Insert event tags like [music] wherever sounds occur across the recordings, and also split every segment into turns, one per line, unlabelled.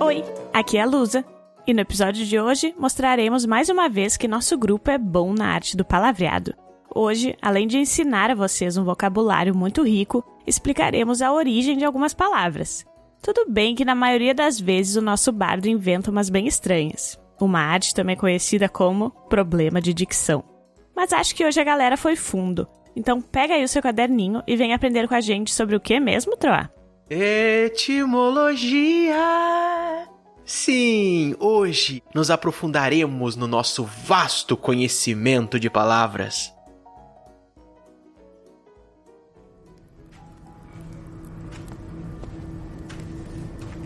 Oi, aqui é a Lusa. E no episódio de hoje mostraremos mais uma vez que nosso grupo é bom na arte do palavreado. Hoje, além de ensinar a vocês um vocabulário muito rico, explicaremos a origem de algumas palavras. Tudo bem que na maioria das vezes o nosso bardo inventa umas bem estranhas, uma arte também é conhecida como problema de dicção. Mas acho que hoje a galera foi fundo, então pega aí o seu caderninho e vem aprender com a gente sobre o que mesmo, Troá?
Etimologia! Sim, hoje nos aprofundaremos no nosso vasto conhecimento de palavras.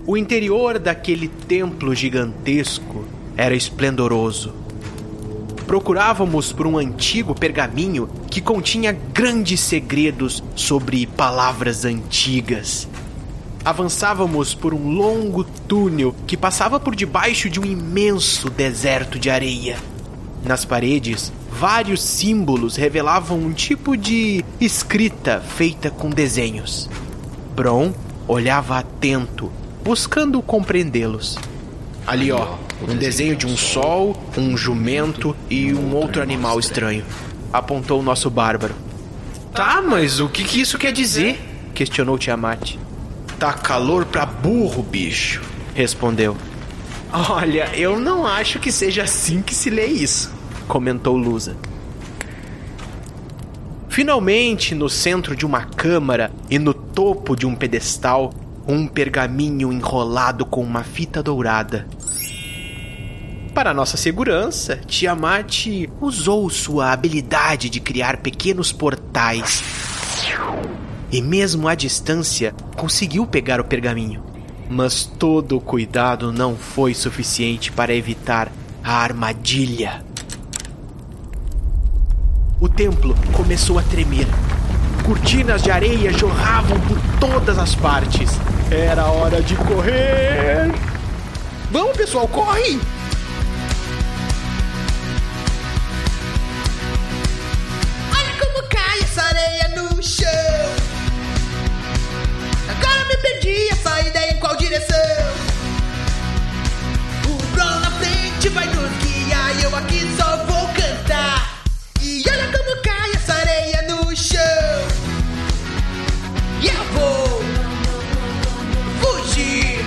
O interior daquele templo gigantesco era esplendoroso. Procurávamos por um antigo pergaminho que continha grandes segredos sobre palavras antigas avançávamos por um longo túnel que passava por debaixo de um imenso deserto de areia. Nas paredes, vários símbolos revelavam um tipo de escrita feita com desenhos. Bron olhava atento, buscando compreendê-los. Ali, ó, um desenho de um sol, um jumento e um outro animal estranho, apontou o nosso bárbaro. Tá, mas o que, que isso quer dizer? questionou Tiamat. Tá calor pra burro, bicho, respondeu. Olha, eu não acho que seja assim que se lê isso, comentou Lusa. Finalmente, no centro de uma câmara e no topo de um pedestal, um pergaminho enrolado com uma fita dourada. Para nossa segurança, Tiamat usou sua habilidade de criar pequenos portais e mesmo à distância conseguiu pegar o pergaminho. Mas todo o cuidado não foi suficiente para evitar a armadilha. O templo começou a tremer. Cortinas de areia jorravam por todas as partes. Era hora de correr! Vamos, pessoal, correm!
Olha como cai essa areia no chão. Agora me perdi essa ideia em qual direção. O Bron na frente vai nos guiar e eu aqui só vou cantar. E olha como cai essa areia no chão. E eu vou fugir.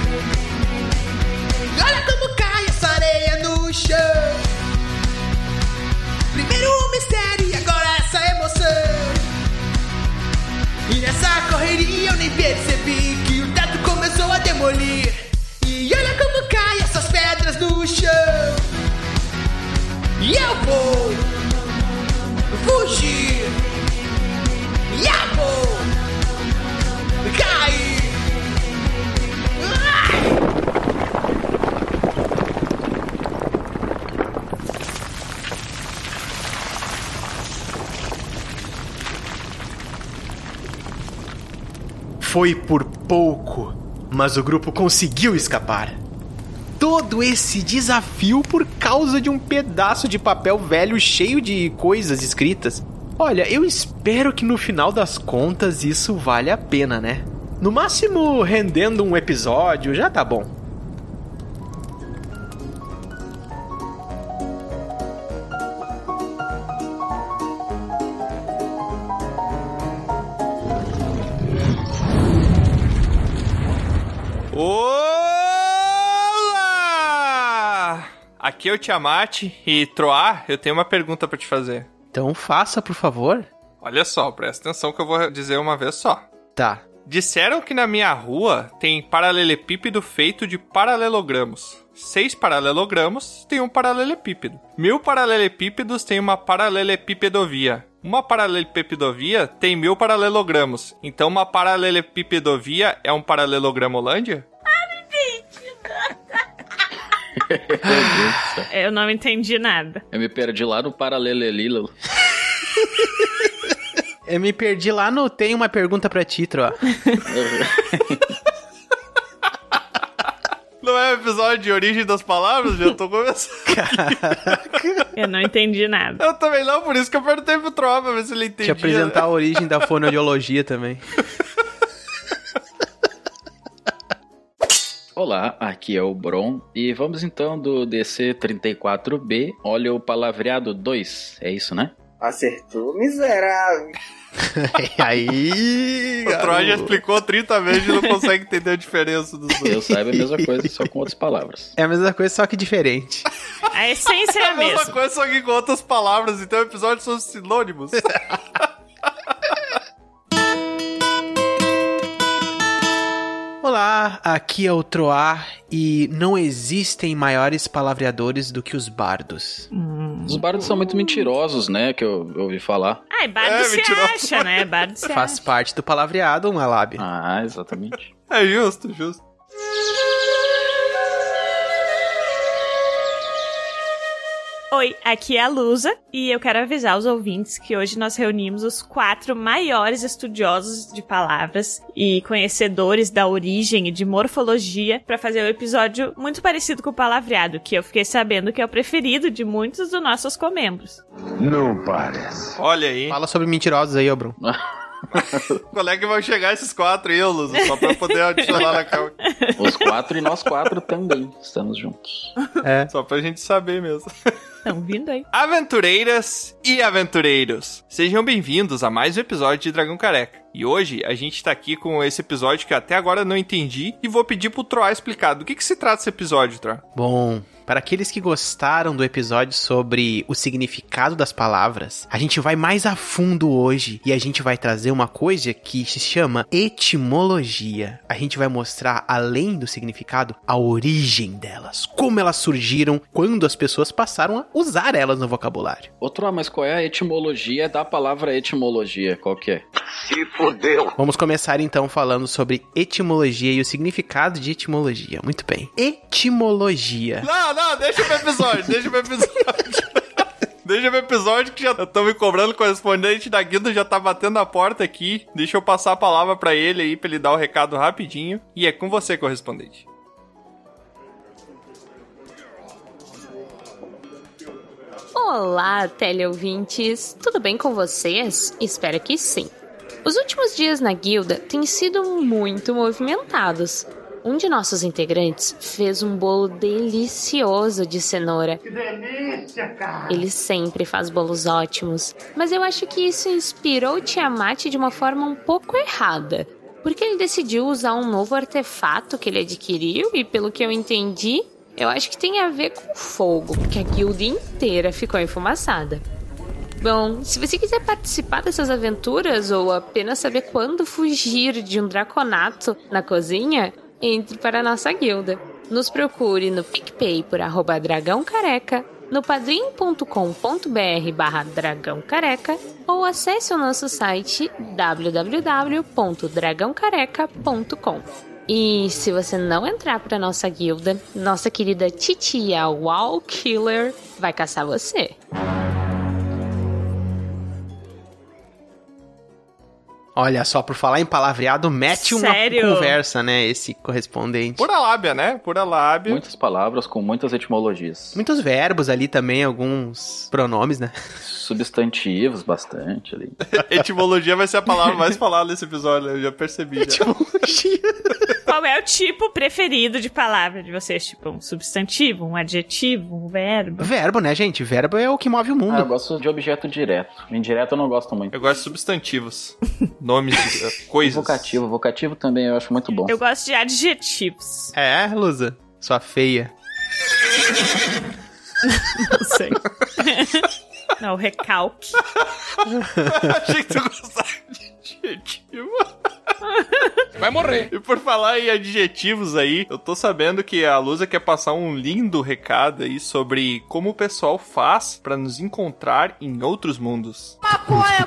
E olha como cai essa areia no chão. Primeiro o mistério e agora essa emoção. E nessa correria eu nem percebi que o teto começou a demolir. E olha como caem essas pedras no chão. E eu vou fugir. E eu vou cair. Ah!
Foi por pouco, mas o grupo conseguiu escapar. Todo esse desafio por causa de um pedaço de papel velho cheio de coisas escritas. Olha, eu espero que no final das contas isso vale a pena, né? No máximo, rendendo um episódio já tá bom.
Olá! Aqui é o Tiamat e Troar, eu tenho uma pergunta pra te fazer.
Então faça, por favor.
Olha só, presta atenção que eu vou dizer uma vez só.
Tá.
Disseram que na minha rua tem paralelepípedo feito de paralelogramos. Seis paralelogramos tem um paralelepípedo. Mil paralelepípedos tem uma paralelepipedovia. Uma paralelepipedovia tem mil paralelogramos. Então uma paralelepipedovia é um paralelogramolândia?
Eu não entendi nada.
Eu me perdi lá no paralelelilo.
Eu me perdi lá no Tem uma pergunta pra ti, [laughs] Tro.
Não é episódio de origem das palavras? Já tô começando. [laughs]
Eu não entendi nada.
Eu também não, por isso que eu perguntei pro Troá pra ver se ele
Te
entendia.
apresentar a origem [laughs] da fonoaudiologia também.
Olá, aqui é o Bron e vamos então do DC 34B. Olha o palavreado 2, é isso, né?
Acertou, miserável.
[laughs] E [laughs] aí,
né? O Troy já
garoto?
explicou 30 vezes e não consegue entender a diferença dos dois.
Eu saiba é a mesma coisa, só com outras palavras.
É a mesma coisa, só que diferente.
A essência é
É
a
a mesma
mesma.
coisa, só que com outras palavras, então o episódio são sinônimos.
Olá, aqui é o Troá e não existem maiores palavreadores do que os bardos.
Os bardos são muito mentirosos, né? Que eu, eu ouvi falar.
Ai, bardo
É,
se
mentiroso.
acha, né? Bardo se
Faz
acha.
parte do palavreado, uma lábia.
Ah, exatamente.
É justo, justo.
Oi, aqui é a Lusa e eu quero avisar os ouvintes que hoje nós reunimos os quatro maiores estudiosos de palavras e conhecedores da origem e de morfologia pra fazer um episódio muito parecido com o palavreado, que eu fiquei sabendo que é o preferido de muitos dos nossos comembros.
Não parece.
Olha aí.
Fala sobre mentirosos aí, ô Bruno.
Qual é que vão chegar esses quatro aí, ô Luz? Só pra poder adicionar na calma.
Os quatro e nós quatro também estamos juntos.
É.
Só pra gente saber mesmo.
Tão vindo aí.
Aventureiras e aventureiros, sejam bem-vindos a mais um episódio de Dragão Careca. E hoje a gente tá aqui com esse episódio que eu até agora não entendi e vou pedir pro Troá explicar do que, que se trata esse episódio, Troá.
Bom, para aqueles que gostaram do episódio sobre o significado das palavras, a gente vai mais a fundo hoje e a gente vai trazer uma coisa que se chama etimologia. A gente vai mostrar, além do significado, a origem delas, como elas surgiram, quando as pessoas passaram a usar elas no vocabulário.
Outro, ah, mas qual é a etimologia da palavra etimologia? Qual que é?
Se fudeu.
Vamos começar então falando sobre etimologia e o significado de etimologia. Muito bem. Etimologia.
Não, não, deixa pro episódio, deixa pro episódio. [laughs] Deixa pro episódio que já estão me cobrando, o correspondente da guilda já tá batendo na porta aqui. Deixa eu passar a palavra pra ele aí, pra ele dar o recado rapidinho. E é com você, correspondente.
Olá, teleouvintes! Tudo bem com vocês? Espero que sim. Os últimos dias na guilda têm sido muito movimentados. Um de nossos integrantes fez um bolo delicioso de cenoura. Que delícia, cara! Ele sempre faz bolos ótimos, mas eu acho que isso inspirou Tiamat de uma forma um pouco errada. Porque ele decidiu usar um novo artefato que ele adquiriu e, pelo que eu entendi, eu acho que tem a ver com fogo, porque a guilda inteira ficou enfumaçada. Bom, se você quiser participar dessas aventuras ou apenas saber quando fugir de um draconato na cozinha, entre para a nossa guilda. Nos procure no PicPay por arroba dragão careca, no padrim.com.br barra dragão careca ou acesse o nosso site www.dragãocareca.com. E se você não entrar para nossa guilda, nossa querida titia Wall Killer vai caçar você.
Olha só, por falar em palavreado, mete uma
Sério?
conversa, né? Esse correspondente.
Pura lábia, né? Pura lábia.
Muitas palavras com muitas etimologias.
Muitos verbos ali também, alguns pronomes, né?
Substantivos, bastante ali.
[laughs] Etimologia vai ser a palavra mais falada nesse episódio, né? eu já percebi. [laughs] já.
Qual é o tipo preferido de palavra de vocês? Tipo, um substantivo, um adjetivo, um verbo?
Verbo, né, gente? Verbo é o que move o
Ah, eu
mundo.
gosto de objeto direto. Indireto eu não gosto muito.
Eu gosto de substantivos. [laughs] Nomes de eh, coisas.
Vocativo, vocativo também eu acho muito bom.
Eu gosto de adjetivos.
É, Lusa? Sua feia.
Não sei. [laughs] Não, recalque.
[laughs] Achei que tu gostava de adjetivo. [laughs] Vai morrer. E por falar em adjetivos aí, eu tô sabendo que a Lusa quer passar um lindo recado aí sobre como o pessoal faz pra nos encontrar em outros mundos.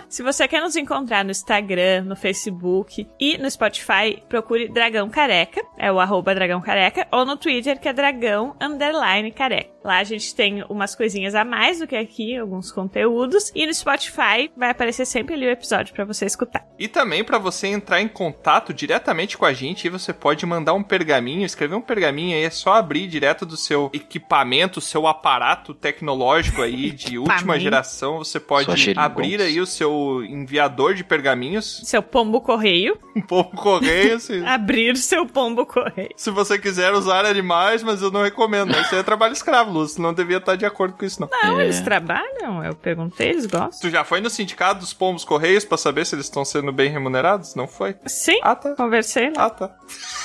Se você quer nos encontrar no Instagram, no Facebook e no Spotify, procure Dragão Careca, é o arroba Dragão Careca, ou no Twitter, que é Dragão Underline Careca. Lá a gente tem umas coisinhas a mais do que aqui, alguns conteúdos. E no Spotify vai aparecer sempre ali o episódio pra você escutar.
E também para você entrar em contato diretamente com a gente, aí você pode mandar um pergaminho, escrever um pergaminho aí, é só abrir direto do seu equipamento, seu aparato tecnológico aí de última
Equipamento.
geração, você
Só
pode
xeringons.
abrir aí o seu enviador de pergaminhos, [laughs]
Seu pombo correio.
um pouco correio, se,
Abrir seu pombo correio.
se você quiser usar animais, mas eu não recomendo, isso aí é trabalho escravo, Lúcio, não devia estar de acordo com isso não.
Não,
É.
eles trabalham. Eu perguntei, eles gostam.
Tu já foi no sindicato dos pombos correios pra saber se eles estão sendo bem remunerados? Não foi?
Sim,
Ah, tá.
conversei lá.
Ah, tá.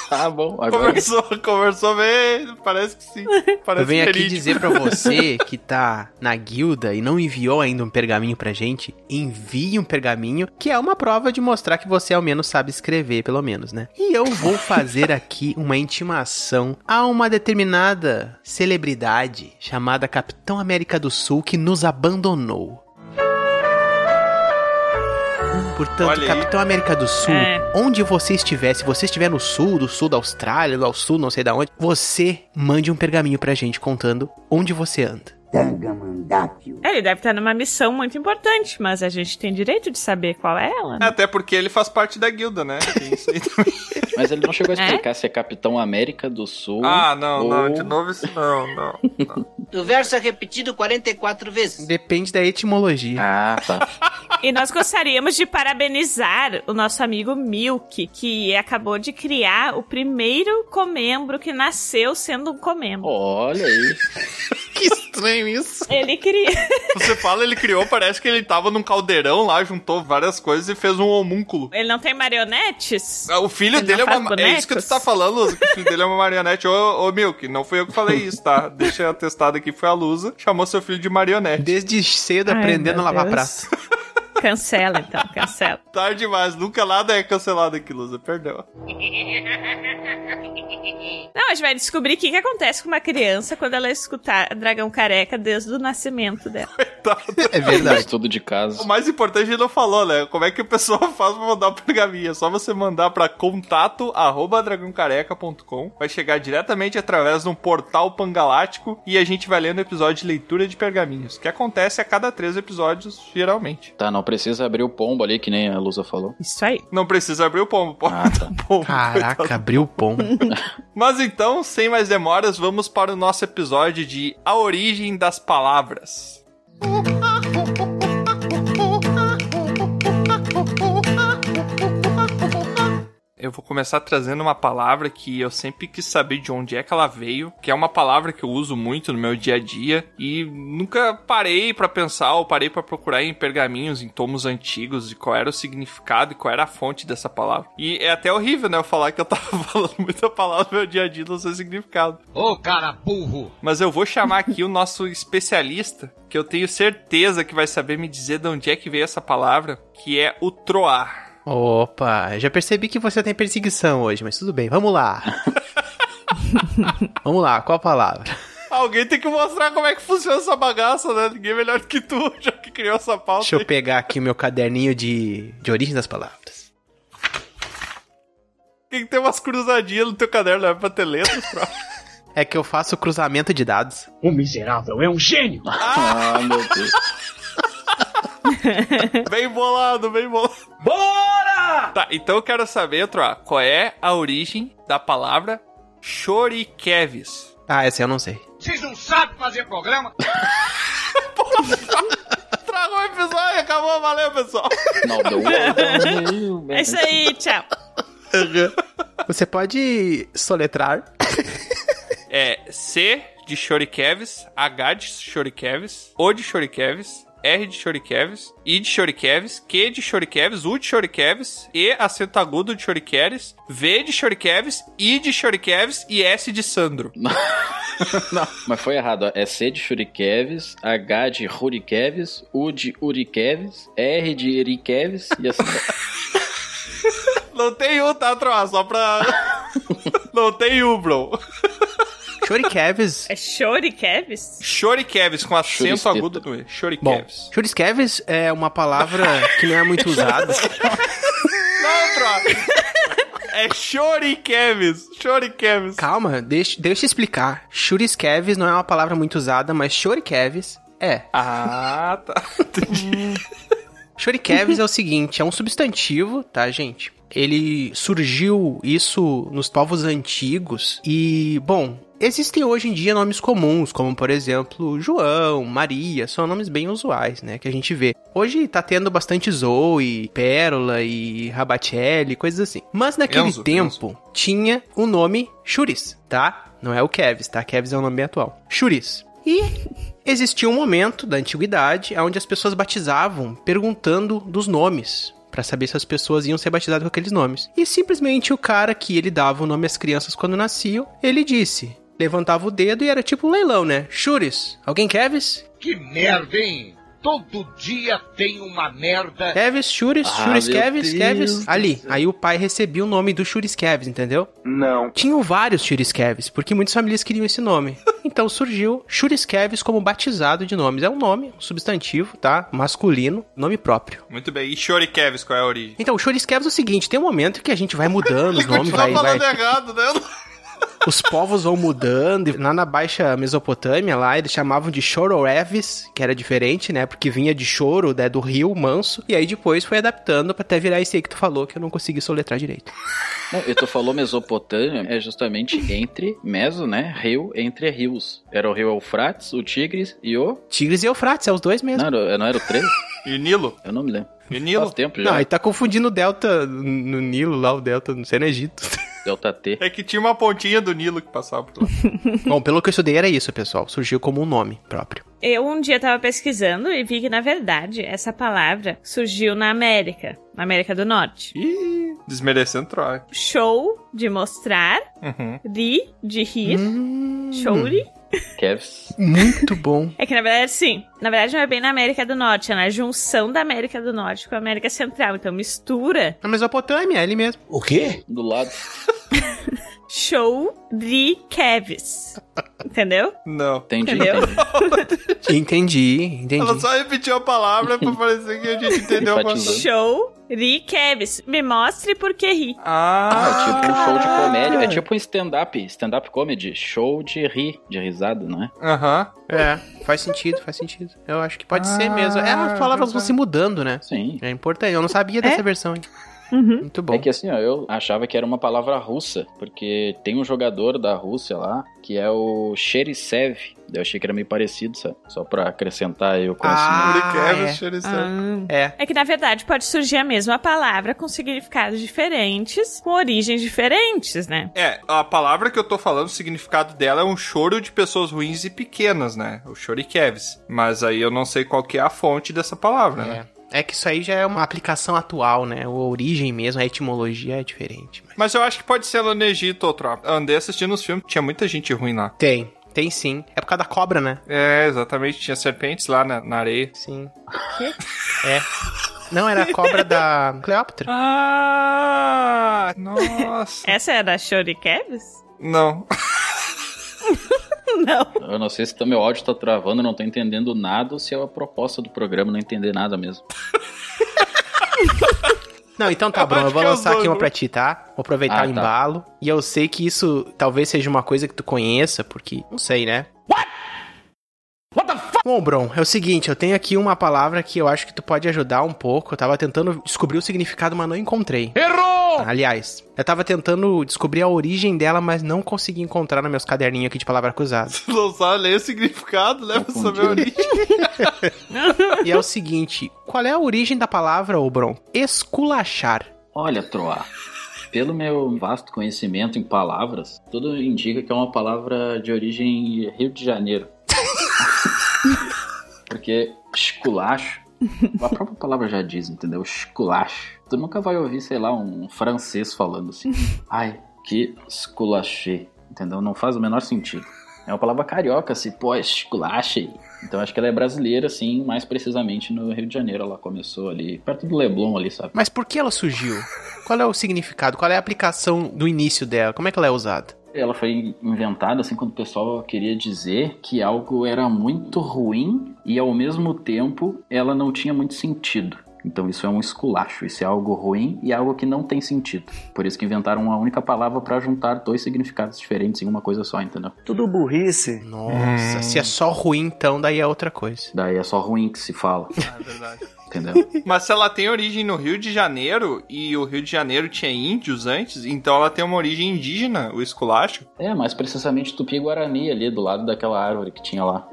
Ah,
[laughs]
bom, agora.
Conversou, conversou bem, parece que
[laughs]
sim. Parece
Eu venho aqui
verídico.
dizer pra
[laughs]
você que tá na guilda e não enviou ainda um pergaminho pra gente, envie um pergaminho, que é uma prova de mostrar que você ao menos sabe escrever, pelo menos, né? E eu vou fazer aqui uma intimação a uma determinada celebridade chamada Capitão América do Sul que nos abandonou. Portanto,
Olha aí.
Capitão Então, América do Sul,
É.
onde você estiver, se você estiver no sul, do sul da Austrália, do sul, não sei da onde, você mande um pergaminho pra gente contando onde você anda.
Tangamandápio.
É, Ele deve estar numa missão muito importante, mas a gente tem direito de saber qual é ela. né?
Até porque ele faz parte da guilda, né? Tem isso
[laughs]
aí também.
Mas ele não chegou a
É?
explicar se é Capitão América do Sul.
ah, não,
ou...
não, de novo isso não, não.
O verso é repetido 44 vezes.
Depende da etimologia.
Ah, tá.
E nós gostaríamos de parabenizar o nosso amigo Milk, que acabou de criar o primeiro comembro que nasceu sendo um comembro.
Olha aí.
Que estranho isso.
Ele queria.
Você fala, ele criou, parece que ele tava num caldeirão lá, juntou várias coisas e fez um homúnculo.
Ele não tem marionetes?
Ah, O filho
um
Ele
dele
não
é
faz
né?
uma. É isso que tu
bonecos?
tá falando, Lusa, que o filho dele é uma marionete. Ô, ô Milk, não fui eu que falei isso, tá? Deixa atestado aqui, foi a Lusa, chamou seu filho de marionete.
Desde cedo
Ai,
aprendendo a
meu
lavar
Deus.
prato. [laughs]
Cancela então, cancela.
Tarde demais, nunca nada é cancelado aqui, Lusa, perdeu.
Não, a gente vai descobrir o que, que acontece com uma criança quando ela escutar Dragão Careca desde o nascimento dela.
É
[laughs]
Verdade.
verdade.
Estudo de
O
caso.
mais importante ele não falou, né? Como é que o pessoal [laughs] faz pra mandar o pergaminho? É só você mandar pra contato arroba dragãocareca.com. Vai chegar diretamente através de um portal pangaláctico e a gente vai lendo o episódio de leitura de pergaminhos, que acontece a cada três episódios, geralmente.
Tá, não precisa abrir o pombo ali, que nem a Lusa falou.
Isso aí.
Não precisa abrir o pombo, pode
Ah, tá.
[laughs] pombo.
Caraca, [laughs] abriu o pombo.
Mas então, sem mais demoras, vamos para o nosso episódio de A Origem das Palavras. Eu vou começar trazendo uma palavra que eu sempre quis saber de onde é que ela veio, que é uma palavra que eu uso muito no meu dia a dia e nunca parei pra pensar ou parei pra procurar em pergaminhos, em tomos antigos, de qual era o significado e qual era a fonte dessa palavra. E é até horrível, né, eu falar que eu tava [laughs] falando muita palavra no meu dia a dia e não sei o significado.
Ô, cara burro!
Mas eu vou chamar aqui o nosso especialista, que eu tenho certeza que vai saber me dizer de onde é que veio essa palavra, que é o troar.
Opa, já percebi que você tem perseguição hoje, mas tudo bem,
[laughs]
vamos lá. vamos lá, qual a palavra?
Alguém tem que mostrar como é que funciona essa bagaça, né? Ninguém melhor que tu, [laughs] já que criou essa pauta.
Deixa eu pegar aqui meu caderninho de, de origem das palavras.
Tem que ter umas cruzadinhas no teu caderno, não é pra ter [laughs] letras, troar.
É que eu faço cruzamento de dados.
O miserável é um gênio!
Ah, meu Deus.
Bem bolado, bem bolado. Bora! Tá, então eu quero saber, Troar, qual é a origem da palavra [laughs] choriqueves?
Ah, essa eu não sei.
Vocês não sabem fazer programa?
Tragou o um episódio, acabou, valeu, pessoal.
Não deu. um
É isso aí, tchau.
Você pode soletrar?
É C de Chorikeves, H de Chorikeves, O de Chorikeves, R de Chorikeves, I de Chorikeves, Q de Chorikeves, U de Chorikeves, E acento agudo de Chorikeves, V de Chorikeves, I de Chorikeves e S de [laughs] Sandro.
Mas foi errado, ó. É C de Shurikeves, H de Rurikeves, U de Urikeves, R de Erikeves e assim vai.
Não tem U, tá, Troa? Só [laughs] pra... Não tem U, bro.
Chorikeves.
É Chorikeves?
Chorikeves com acento
Choristeta.
agudo no E.
Bom,
Chorikeves.
chorikeves é uma palavra que não é muito usada.
Não, Troa. É Shorikevis. Shorikevis.
Calma, deixa, deixa eu explicar. Shuriskevis não é uma palavra muito usada, mas Shorikevis é.
Ah, tá. [laughs] Entendi.
Shorikevis é o seguinte, é um substantivo, tá, gente? Ele surgiu isso nos povos antigos e, bom, existem hoje em dia nomes comuns, como por exemplo, João, Maria, são nomes bem usuais, né, que a gente vê. Hoje tá tendo bastante Zoe, Pérola e Rabatelli, coisas assim. Mas naquele
Enzo,
tempo tinha o nome Churis, tá? Não é o Kevs, tá? Kevs é o nome bem atual. Churis. E Existia um momento da antiguidade onde as pessoas batizavam perguntando dos nomes. Pra saber se as pessoas iam ser batizadas com aqueles nomes. E simplesmente o cara que ele dava o nome às crianças quando nasciam, ele disse, levantava o dedo e era tipo um leilão, né? Chures, alguém Kevis?
Que merda, hein? Todo dia tem uma merda.
Kevis, Chures,
Ah,
Chures,
meu
Kevis,
Deus
Kevis.
do
Ali.
céu.
Aí o pai recebia o nome do Chures Kevis, entendeu?
Não.
Tinham vários Churiskeves, porque muitas famílias queriam esse
[laughs]
nome. Então surgiu Churiskeves como batizado de nomes. É um nome, um substantivo, tá? Masculino, nome próprio.
Muito bem. E Shorikevis, qual é a origem?
Então, o Churiskeves é o seguinte, tem um momento que a gente vai mudando
[laughs]
os nomes, vai, vai-
falando errado, né?
os povos vão mudando. e Lá na Baixa Mesopotâmia, lá, eles chamavam de Chororeves, que era diferente, né? Porque vinha de choro, né? Do rio manso. E aí depois foi adaptando pra até virar esse aí que tu falou, que eu não consegui soletrar direito.
Não, eu tô falou Mesopotâmia, é justamente entre Meso, né? Rio, entre rios. Era o rio Eufrates, o Tigres e o.
Tigres e Eufrates, é os dois mesmo.
Não, era- não era o três?
E o Nilo?
Eu não me lembro.
E o
Faz
Nilo?
tempo já.
Não, aí tá confundindo o delta no Nilo lá, o delta, não sei, no Egito. [laughs]
Delta T.
É que tinha uma pontinha do Nilo que passava por lá.
Bom, pelo que eu estudei era isso, pessoal. Surgiu como um nome próprio.
Eu um dia tava pesquisando e vi que, na verdade, essa palavra surgiu na América, na América do Norte.
Ih, desmerecendo Troia.
Show de mostrar,
Uhum.
ri de rir,
Hum.
shouri.
Kevs.
Muito bom.
É que na verdade, sim. Na verdade, não é bem na América do Norte, é na junção da América do Norte com a América Central. Então mistura
[laughs] Na Mesopotâmia, é ele mesmo.
O quê?
Do lado.
show de Kevis. Entendeu?
Não.
Entendi.
Entendeu?
entendi.
Entendi, entendi.
Ela só repetiu a palavra pra parecer que a gente entendeu alguma
Enfatizou.
coisa.
Show de Kevis. Me mostre por que ri.
Ah,
Ah,
tipo um show de comédia. É tipo um stand-up. Stand-up comedy. Show de rir, de risada, não é?
Aham.
É, faz sentido, faz sentido. Eu acho que pode ser
Ah,
mesmo. É, as palavras vão se mudando, né?
Sim.
É importante. Eu não sabia dessa versão, hein? Muito bom.
É que assim, ó, eu achava que era uma palavra russa, porque tem um jogador da Rússia lá, que é o Cherisev. Eu achei que era meio parecido, sabe? Só pra acrescentar aí o conhecimento.
Ah,
Shurikevis,
é.
Shurikevis.
É.
É que na verdade pode surgir a mesma palavra com significados diferentes, com origens diferentes, né?
É, a palavra que eu tô falando, o significado dela é um choro de pessoas ruins e pequenas, né? O Shorikevis. Mas aí eu não sei qual que é a fonte dessa palavra, né?
É que isso aí já é uma aplicação atual, né? A origem mesmo, a etimologia é diferente. mas-
Mas eu acho que pode ser lá no Egito ou outra. Eu Andei assistindo os filmes, tinha muita gente ruim lá.
Tem, tem sim. É por causa da cobra, né?
É, exatamente, tinha serpentes lá na, na areia.
Sim. É. Não, era a cobra da Cleópatra.
Ah! Nossa!
Essa era a show de Kevis?
[laughs] Não.
[laughs]
[laughs]
Não.
Eu não sei se tá- meu áudio tá travando, eu não tô entendendo nada, ou se é a proposta do programa não entender nada mesmo.
Não, então tá,
Eu
Bruno,
acho
eu vou
que é os
lançar aqui
dois,
uma
né?
pra ti, tá? Vou aproveitar
Ah,
o
tá.
embalo. E eu sei que isso talvez seja uma coisa que tu conheça, porque. Não sei, né? What? What the fuck? Bom, Bron, é o seguinte, eu tenho aqui uma palavra que eu acho que tu pode ajudar um pouco. Eu tava tentando descobrir o significado, mas não encontrei. Errou! Aliás, eu tava tentando descobrir a origem dela, mas não consegui encontrar nos meus caderninhos aqui de palavra [laughs] cruzada.
Não sabe ler o significado, né? Pra saber a origem.
e é o seguinte, qual é a origem da palavra, ô Bron? Esculachar.
Olha, Troá, pelo meu vasto conhecimento em palavras, tudo indica que é uma palavra de origem Rio de Janeiro. Porque esculacho, a própria palavra já diz, entendeu? Esculacho. Tu nunca vai ouvir, sei lá, um francês falando assim. Ai, que esculachê, entendeu? Não faz o menor sentido. É uma palavra carioca, assim, pô, esculache. Então acho que ela é brasileira, assim, mais precisamente no Rio de Janeiro. Ela começou ali, perto do Leblon ali, sabe?
Mas por que ela surgiu? Qual é o significado? Qual é a aplicação do início dela? Como é que ela é usada?
Ela foi inventada assim quando o pessoal queria dizer que algo era muito ruim e ao mesmo tempo ela não tinha muito sentido. Então isso é um esculacho, isso é algo ruim e algo que não tem sentido. Por isso que inventaram uma única palavra pra juntar dois significados diferentes em uma coisa só, entendeu?
Tudo burrice.
Nossa, se é só ruim, então daí é outra coisa.
Daí é só ruim que se fala,
É verdade.
entendeu?
Mas se ela tem origem no Rio de Janeiro e o Rio de Janeiro tinha índios antes, então ela tem uma origem indígena, o esculacho.
É, mais precisamente Tupi-Guarani ali do lado daquela árvore que tinha lá.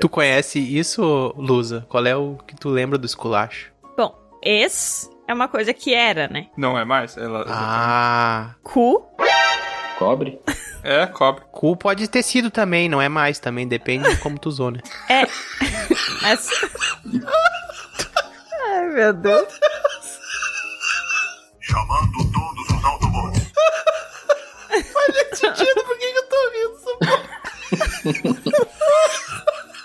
Tu conhece isso, Lusa? Qual é o que tu lembra do esculacho?
Bom, ex é uma coisa que era, né?
Não é mais? Ela
Ah,
Cu
Cobre?
é cobre.
cu pode ter sido também, não é mais também, depende de como tu usou, né?
é. Mas.
[laughs] Ai, meu Deus.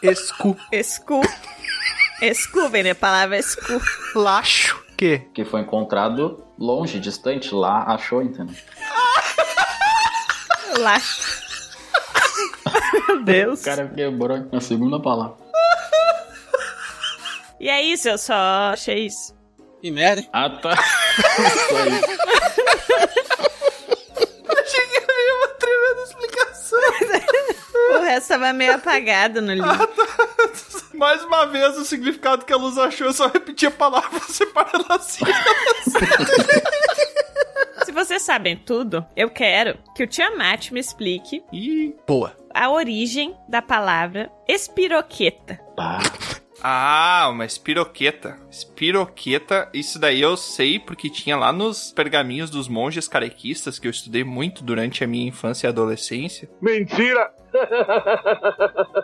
Escu. Escu, vem da palavra escu.
Esculacho. Que?
Que foi encontrado longe, distante, lá achou, entendeu?
Lá. Meu Deus.
O cara quebrou na É segunda palavra.
E é isso, eu só achei isso.
Que merda. hein?
Ah, tá. [laughs] Isso aí.
O resto tava meio apagado no livro.
Mais uma vez, o significado que a Luz achou é só repetir a palavra [laughs] separada assim.
Se vocês sabem tudo, eu quero que o Tiamat me explique
Ih.
Boa.
a origem da palavra espiroqueta.
Pá.
Ah, uma espiroqueta. Espiroqueta, isso daí eu sei porque tinha lá nos pergaminhos dos monges catequistas que eu estudei muito durante a minha infância e adolescência.
Mentira!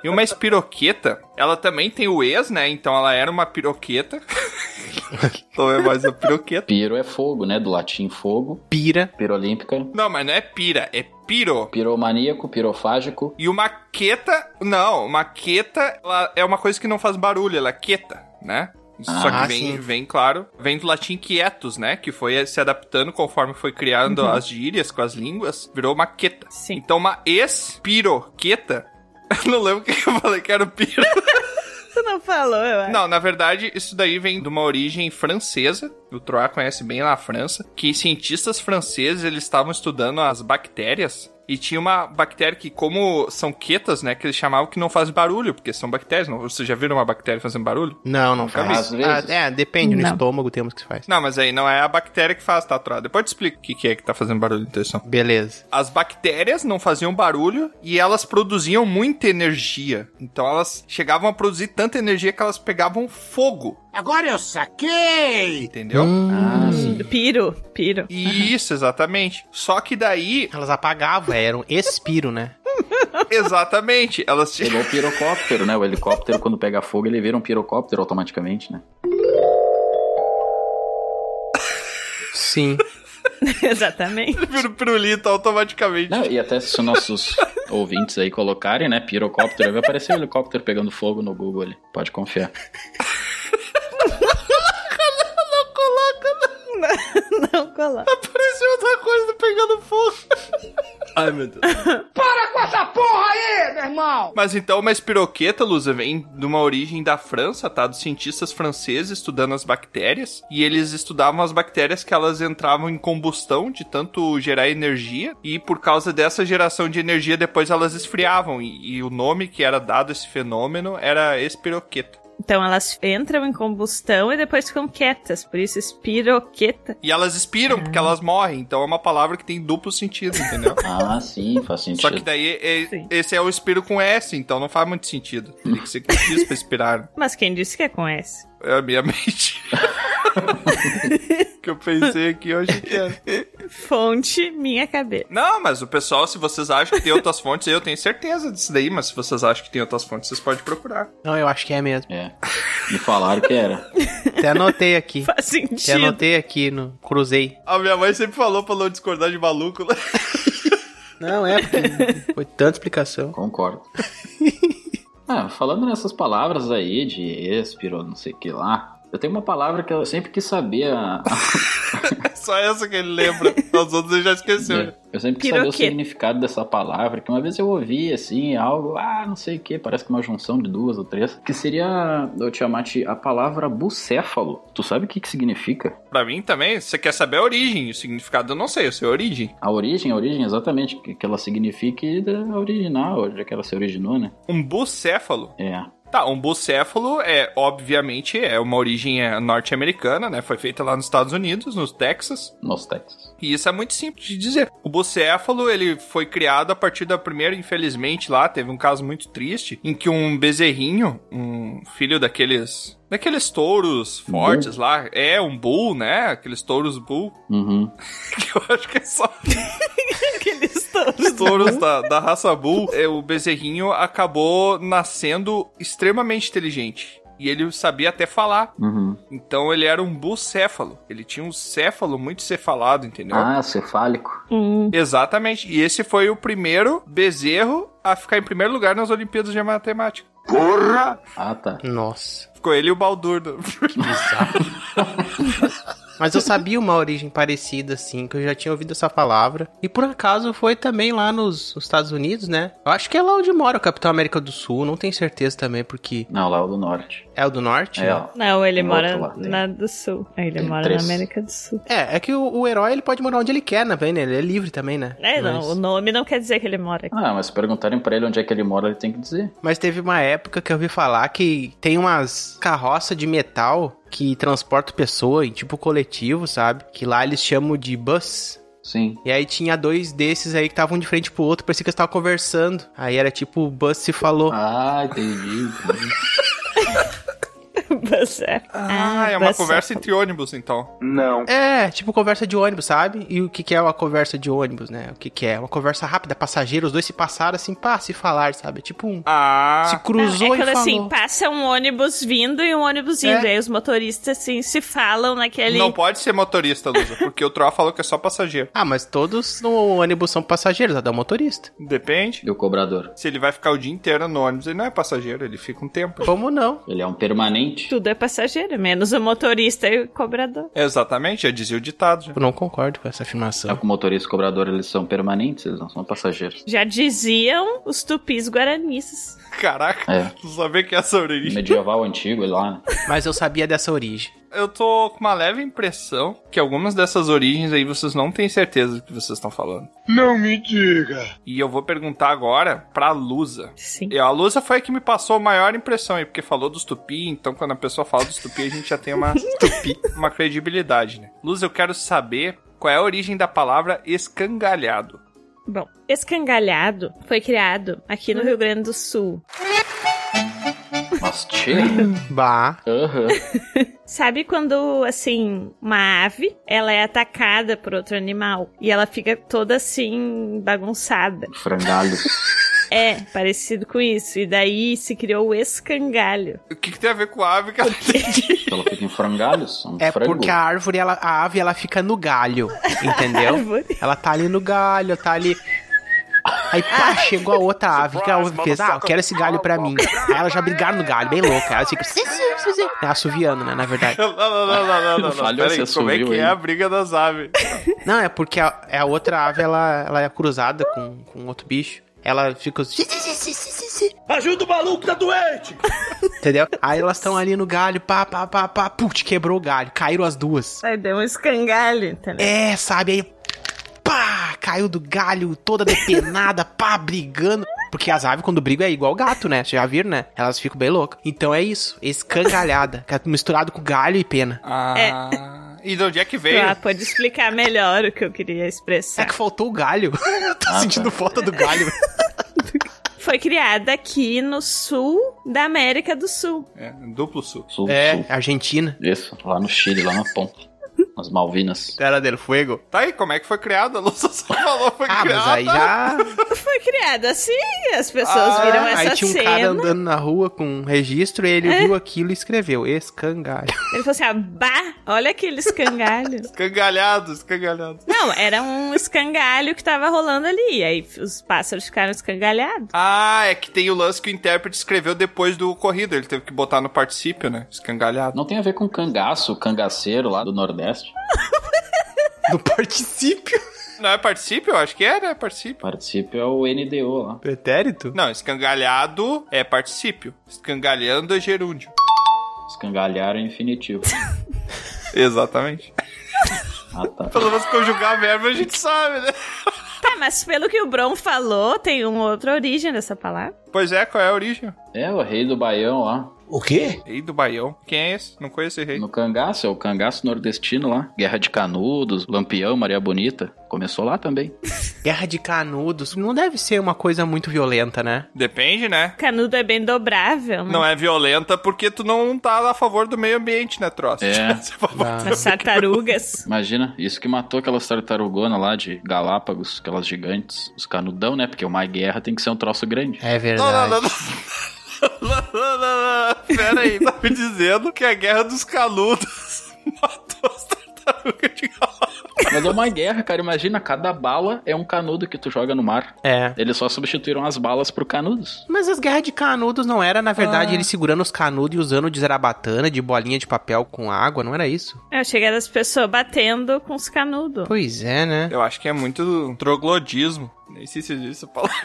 E uma espiroqueta, ela também tem o ex, né? Então ela era uma piroqueta. [laughs] então é mais uma piroqueta.
Piro é fogo, né? Do latim fogo.
Pira.
Pirolímpica.
Não, mas não é pira, é piro.
Piromaníaco, pirofágico.
E uma queta, não, uma queta, ela é uma coisa que não faz barulho, ela é queta, né? Só
Ah,
que vem,
sim.
vem, claro, vem do latim quietus, né? Que foi se adaptando conforme foi criando
Uhum.
as gírias com as línguas, virou uma queta.
Sim.
Então uma espiroqueta, [laughs] não lembro o que eu falei que era o piro.
Tu não falou, eu acho.
Não, na verdade, isso daí vem de uma origem francesa. O Troá conhece bem lá a França. Que cientistas franceses eles estavam estudando as bactérias. E tinha uma bactéria que, como são quetas, né? Que eles chamavam que não faz barulho, porque são bactérias. Não, vocês já viram uma bactéria fazendo barulho?
Não, não faz.
Às vezes.
Ah, é, depende, no
Não.
estômago temos que faz.
Não, mas aí não é a bactéria que faz, tá, Troá? Depois eu te explico o que, que é que tá fazendo barulho, então, são.
Beleza.
As bactérias não faziam barulho e elas produziam muita energia. Então elas chegavam a produzir tanta energia que elas pegavam fogo,
Agora eu saquei!
entendeu?
Ah, sim.
Piro,
[laughs]
piro.
Isso, exatamente. Só
[laughs]
que daí,
Elas apagavam, era um espiro, né?
exatamente, elas
Pegou o pirocóptero, né? O helicóptero, quando pega fogo, ele vira um pirocóptero automaticamente, né?
Sim.
Exatamente.
[laughs]
viram pirulito automaticamente.
Não, e até se nossos ouvintes aí colocarem, né? Pirocóptero, vai aparecer o helicóptero pegando fogo no Google ali. Pode confiar.
Não coloca.
Parecia é outra coisa tá pegando fogo.
Ai, meu
[laughs]
Deus.
Para com essa porra aí, meu irmão!
Mas então uma espiroqueta, Lusa, vem de uma origem da França, tá? Dos cientistas franceses estudando as bactérias. E eles estudavam as bactérias que elas entravam em combustão de tanto gerar energia. E por causa dessa geração de energia, depois elas esfriavam. E, e o nome que era dado a esse fenômeno era espiroqueta.
Então elas entram em combustão e depois ficam quietas. Por isso, espiroqueta.
E elas expiram, porque elas morrem. Então é uma palavra que tem duplo sentido,
[laughs]
entendeu?
Ah, sim, faz
Só que
sentido.
daí é-
Sim.
esse é o espiro com S, então não faz muito sentido. Tem que ser com X pra expirar. [laughs]
Mas quem disse que é com S?
É a minha mente. [laughs] que eu pensei aqui, eu achei que era.
Fonte, minha
[laughs]
cabeça.
Não, mas o pessoal, se vocês acham que tem outras fontes, eu tenho certeza disso daí, mas se vocês acham que tem outras fontes, vocês podem procurar.
Não, eu acho que é mesmo.
É. Me falaram que era.
Até anotei aqui.
Faz
Até
sentido.
anotei aqui no. Cruzei.
A minha mãe sempre falou pra não discordar de maluco, né? [laughs]
Não, é, [laughs] porque foi tanta explicação.
Concordo. Ah, falando nessas palavras aí de espiro, não sei o que lá, eu tenho uma palavra que eu sempre quis saber a,
É Só essa que ele lembra. Os outros ele já esqueceu.
É. Eu sempre quis saber o
Piroqueta.
significado dessa palavra, que uma vez eu ouvi, assim, algo, ah, não sei o que, parece que uma junção de duas ou três, que seria, eu te amate, a palavra bucéfalo. Tu sabe o que que significa?
Pra mim também, você quer saber a origem, o significado eu não sei, eu sei a origem.
A origem, a origem, exatamente, que, que ela signifique da original, onde é que ela se originou, né?
Um bucéfalo.
É,
Tá, um bucéfalo é, obviamente, é uma origem é, norte-americana, né? Foi feita lá nos Estados Unidos, no Texas.
nos Texas.
E isso é muito simples de dizer. O bucéfalo, ele foi criado a partir da primeira, infelizmente, lá teve um caso muito triste em que um bezerrinho, um filho daqueles daqueles touros fortes lá, é um bull, né? Aqueles touros bull, [laughs]
Uhum.
que eu acho que é só
Aqueles todos.
os touros da, da raça Bull, é, o bezerrinho acabou nascendo extremamente inteligente. E ele sabia até falar.
Uhum.
Então ele era um bucéfalo. Ele tinha um céfalo muito cefalado, entendeu?
Ah, cefálico.
Hum,
Exatamente. E esse foi o primeiro bezerro a ficar em primeiro lugar nas Olimpíadas de Matemática.
Porra!
Ah, tá.
Nossa.
Ficou ele e o [laughs] Baldur.
[laughs] Mas eu sabia uma origem parecida, assim, que eu já tinha ouvido essa palavra. E por acaso foi também lá nos, nos Estados Unidos, né? Eu acho que é lá onde mora o Capitão América do Sul, não tenho certeza também, porque
Não, lá é o do norte.
é o do norte?
É,
né?
ó.
Não, ele
Tem
mora
outro lá, tem.
na do sul. Ah, Ele
Tem
mora
três.
na América do Sul.
É, é que o, o herói ele pode morar onde ele quer, né? velho? Ele é livre também, né?
É, não,
Mas-
o nome não quer dizer que ele mora aqui.
Ah, mas se perguntarem pra ele onde é que ele mora, ele tem que dizer.
Mas teve uma época que eu ouvi falar que tem umas carroças de metal que transportam pessoa em tipo coletivo, sabe? Que lá eles chamam de bus.
Sim.
E aí tinha dois desses aí que estavam de frente pro outro, parecia que eles estavam conversando. Aí era tipo, o bus se falou.
Ah, entendi. entendi.
[laughs] Mas é.
ah, é uma
bucéfalo.
conversa entre ônibus, então.
Não.
É, tipo conversa de ônibus, sabe? E o que que é uma conversa de ônibus, né? O que que é? Uma conversa rápida, passageiro, os dois se passaram assim, pá, se falar, sabe? Tipo um... Se
Ah,
cruzou
é
e falou.
assim, passa um ônibus vindo e um ônibus indo,
É.
e aí os motoristas assim se falam naquele
não pode ser motorista, Lusa, porque o Troll falou que é só passageiro.
Ah, mas todos no ônibus são passageiros, até o motorista.
Depende.
E o cobrador?
Se ele vai ficar o dia inteiro no ônibus, ele não é passageiro, ele fica um tempo.
Como não?
Ele é um permanente?
tudo é passageiro, menos o motorista e o cobrador.
Exatamente, já dizia o ditado. né? já.
Eu não concordo com essa afirmação.
É que o motorista e o cobrador, eles são permanentes, eles não são passageiros.
Já diziam os tupis guaranistas.
[laughs] Caraca,
É.
tu saber que é essa origem.
Medieval antigo, ele lá, né?
Mas eu sabia dessa origem.
Eu tô com uma leve impressão que algumas dessas origens aí vocês não têm certeza do que vocês estão falando.
Não me diga.
E eu vou perguntar agora pra Lusa.
Sim.
E a Lusa foi a que me passou a maior impressão aí, porque falou dos tupi, então quando a pessoa fala dos tupi, a gente já tem
[laughs]
uma, uma credibilidade, né? Lusa, eu quero saber qual é a origem da palavra escangalhado.
Bom, escangalhado foi criado aqui no Rio Grande do Sul.
Mas tchê.
Bah.
Aham.
Sabe quando, assim, uma ave, ela é atacada por outro animal e ela fica toda assim, bagunçada.
Frangalhos.
É, parecido com isso. E daí se criou o escangalho.
O que, que tem a ver com ave, cara?
Ela fica em frangalhos? Um
É
frango?
porque a árvore, ela, a ave, ela fica no galho, entendeu?
Árvore.
ela tá ali no galho, tá ali. Aí pá, chegou a outra ave, que a ave fez, ah, eu quero esse galho pra mim. Aí elas já brigaram no galho, bem louca. Elas ficam. É assoviando, né, na verdade.
[laughs] Não, não, não, não, não, não, não.
Falhou
Peraí,
esse
como é
assovio
que é
aí.
a briga das aves?
Não, é porque a, é a outra ave, ela, ela é cruzada com, com outro bicho. Ela fica.
Ajuda o maluco, tá doente!
Entendeu? Aí elas estão ali no galho, pá, pá, pá, pá, putz, quebrou o galho, caíram as duas.
Aí deu um escangalho, entendeu?
É, sabe? Aí, pá, caiu do galho, toda depenada, [laughs] pá, brigando. Porque as aves, quando brigam, é igual gato, né? Vocês já viram, né? Elas ficam bem loucas. Então é isso, escangalhada, [laughs] que é misturado com galho e pena.
Ah. E de onde é que veio?
Ah, pode explicar melhor o que eu queria
É
expressar.
que faltou o galho. [laughs] Eu Tô
Ah,
sentindo
tá.
falta
[laughs]
do galho.
Foi criada aqui no sul da América do Sul. [laughs]
É, duplo sul.
Sul,
É,
sul.
Argentina.
Isso, lá no Chile, lá na ponta. Nas Malvinas.
Terra del Fuego.
Tá aí, como é que foi criado? A Lusa só falou foi
Ah,
criado.
mas aí já.
Foi criada assim, as pessoas
Ah,
viram
Aí
essa
tinha um
cena. É.
cara andando na rua com um registro e ele viu aquilo e escreveu: escangalho. [laughs]
Ele falou assim: ah, bah, olha aquele escangalho.
Escangalhado, escangalhado.
Não, era um escangalho que tava rolando ali. E aí os pássaros ficaram escangalhados.
Ah, é que tem o lance que o intérprete escreveu depois do ocorrido. Ele teve que botar no particípio, né? Escangalhado.
Não tem a ver com cangaço, cangaceiro lá do Nordeste.
No particípio.
Não é participe? Eu acho que é, né? Participe.
Participe é o NDO lá.
Pretérito?
Não, escangalhado é particípio. Escangalhando é gerúndio. [laughs]
Escangalhar é infinitivo.
Exatamente.
Ah, tá.
Pelo menos conjugar verbo a gente sabe, né?
Tá, mas pelo que o Bron falou, tem uma outra origem dessa palavra.
Pois é, qual é a origem?
É, o rei do Baião lá.
O quê?
Rei do Baião? Quem é esse? Não conheço esse rei.
No cangaço, é o cangaço nordestino lá. Guerra de Canudos, Lampião, Maria Bonita. Começou lá também.
Guerra de canudos não deve ser uma coisa muito violenta, né?
Depende, né?
Canudo é bem dobrável, mas
Não é violenta porque tu não tá a favor do meio ambiente, né, troço?
É.
Você fala,
as tartarugas.
Imagina, isso que matou aquelas tartarugonas lá de Galápagos, aquelas gigantes. Os canudão, né? Porque uma guerra tem que ser um troço grande.
É
Não, não,
verdade.
não, não. Não, não, não, não. Pera aí, tá me dizendo que a guerra dos canudos matou as tartarugas de Galápagos.
Mas é uma guerra, cara. Imagina, cada bala é um canudo que tu joga no mar.
É.
Eles só substituíram as balas por canudos.
Mas as guerras de canudos não era, na verdade,
Ah.
eles segurando os canudos e usando de zarabatana, de bolinha de papel com água, não era isso?
É, chegaram as pessoas batendo com os canudos.
Pois é, né?
Eu acho que é muito troglodismo. Nem sei se existe essa palavra.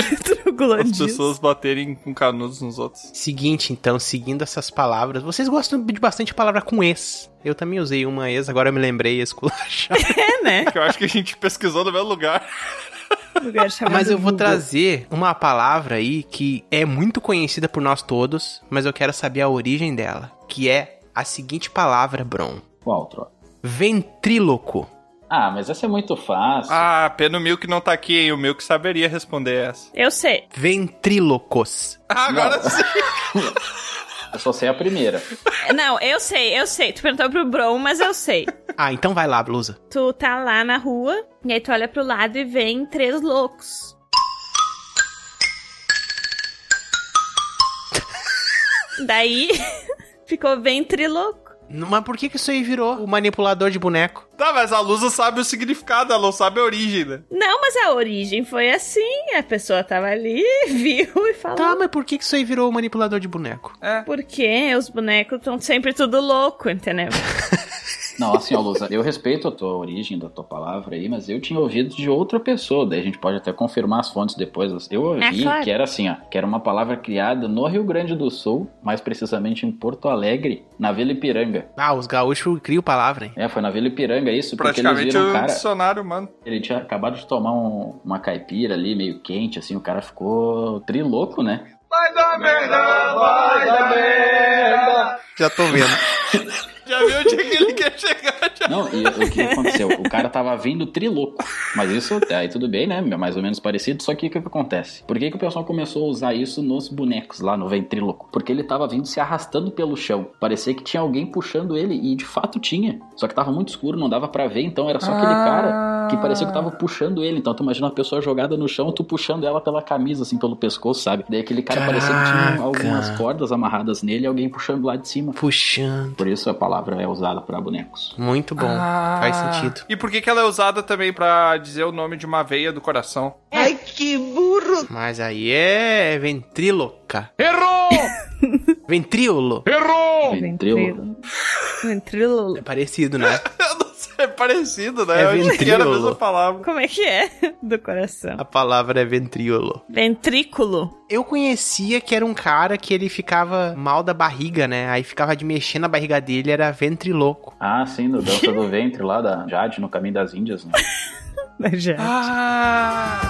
As
Troglodismo.
pessoas baterem com canudos nos outros.
Seguinte, então, seguindo essas palavras, vocês gostam de bastante palavra com ex. Eu também usei uma ex, agora eu me lembrei esculachar.
É, né?
Que eu acho que a gente pesquisou no mesmo lugar.
Lugar chamado
[laughs] Mas eu vou [laughs]
Google.
trazer uma palavra aí que é muito conhecida por nós todos, mas eu quero saber a origem dela, que é a seguinte palavra, Bron.
Qual, troca?
Ventríloco.
Ah, mas essa é muito fácil.
Ah, pena o Milk não tá aqui, hein? O Milk saberia responder essa.
Eu sei.
Ventrílocos.
Ah, agora sim.
[laughs] Eu só sei a primeira.
Não, eu sei, eu sei. Tu perguntou pro Bron, mas eu sei.
Ah, então vai lá, blusa.
Tu tá lá na rua, e aí tu olha pro lado e vem três loucos. Daí [laughs] ficou ventriloco.
Mas por que, que isso aí virou o manipulador de boneco?
Tá, mas a Lusa sabe o significado, ela não sabe a origem, né?
Não, mas a origem foi assim. A pessoa tava ali, [laughs] viu e falou. "Ah,
Tá, mas por que, que isso aí virou o manipulador de boneco?
Porque os bonecos estão sempre tudo louco, entendeu?
Não, assim, ó, Lusa, eu respeito a tua origem da tua palavra aí, mas eu tinha ouvido de outra pessoa, daí a gente pode até confirmar as fontes depois. mas Eu ouvi
É, claro.
que era assim, ó, que era uma palavra criada no Rio Grande do Sul, mais precisamente em Porto Alegre, na Vila Ipiranga.
Ah, os gaúchos criam palavra, hein?
É, foi na Vila Ipiranga isso, porque eles
Praticamente
viram o
um
cara,
dicionário, mano.
ele tinha acabado de tomar um- uma caipira ali, meio quente, assim, o cara ficou triloco, né?
Já tô vendo.
[laughs] Já viu onde é que ele quer chegar? Já.
Não, e o que aconteceu? O cara tava vindo triloco. Mas isso, aí tudo bem, né? Mais ou menos parecido. Só que o que, que acontece? Por que, que o pessoal começou a usar isso nos bonecos lá no ventríloco? Porque ele tava vindo se arrastando pelo chão. Parecia que tinha alguém puxando ele. E de fato tinha. Só que tava muito escuro, não dava pra ver. Então era só aquele cara que parecia que tava puxando ele. Então tu imagina uma pessoa jogada no chão, tu puxando ela pela camisa, assim, pelo pescoço, sabe? Daí aquele cara parecia que tinha
Caraca.
algumas cordas amarradas nele e alguém puxando lá de cima.
[laughs] Puxando.
Por isso a palavra é usada pra bonecos.
Muito bom. Faz sentido.
E por que, que ela é usada também pra dizer o nome de uma veia do coração?
Mas aí é ventríloca. [laughs]
Errou!
Ventríolo.
É,
Errou!
Ventríloco.
Ventriloco.
É parecido, né?
[laughs] Eu não sei, é parecido, né?
É
Eu achei que era a
ventríolo.
mesma palavra.
Como é que é? [laughs] Do coração.
A palavra é ventríolo.
Ventrículo.
Eu conhecia que era um cara que ele ficava mal da barriga, né? Aí ficava de mexer na barriga dele, era ventriloco.
Ah, sim, no Dança do Ventre lá da Jade, no Caminho das Índias. Né?
Já.
Ah!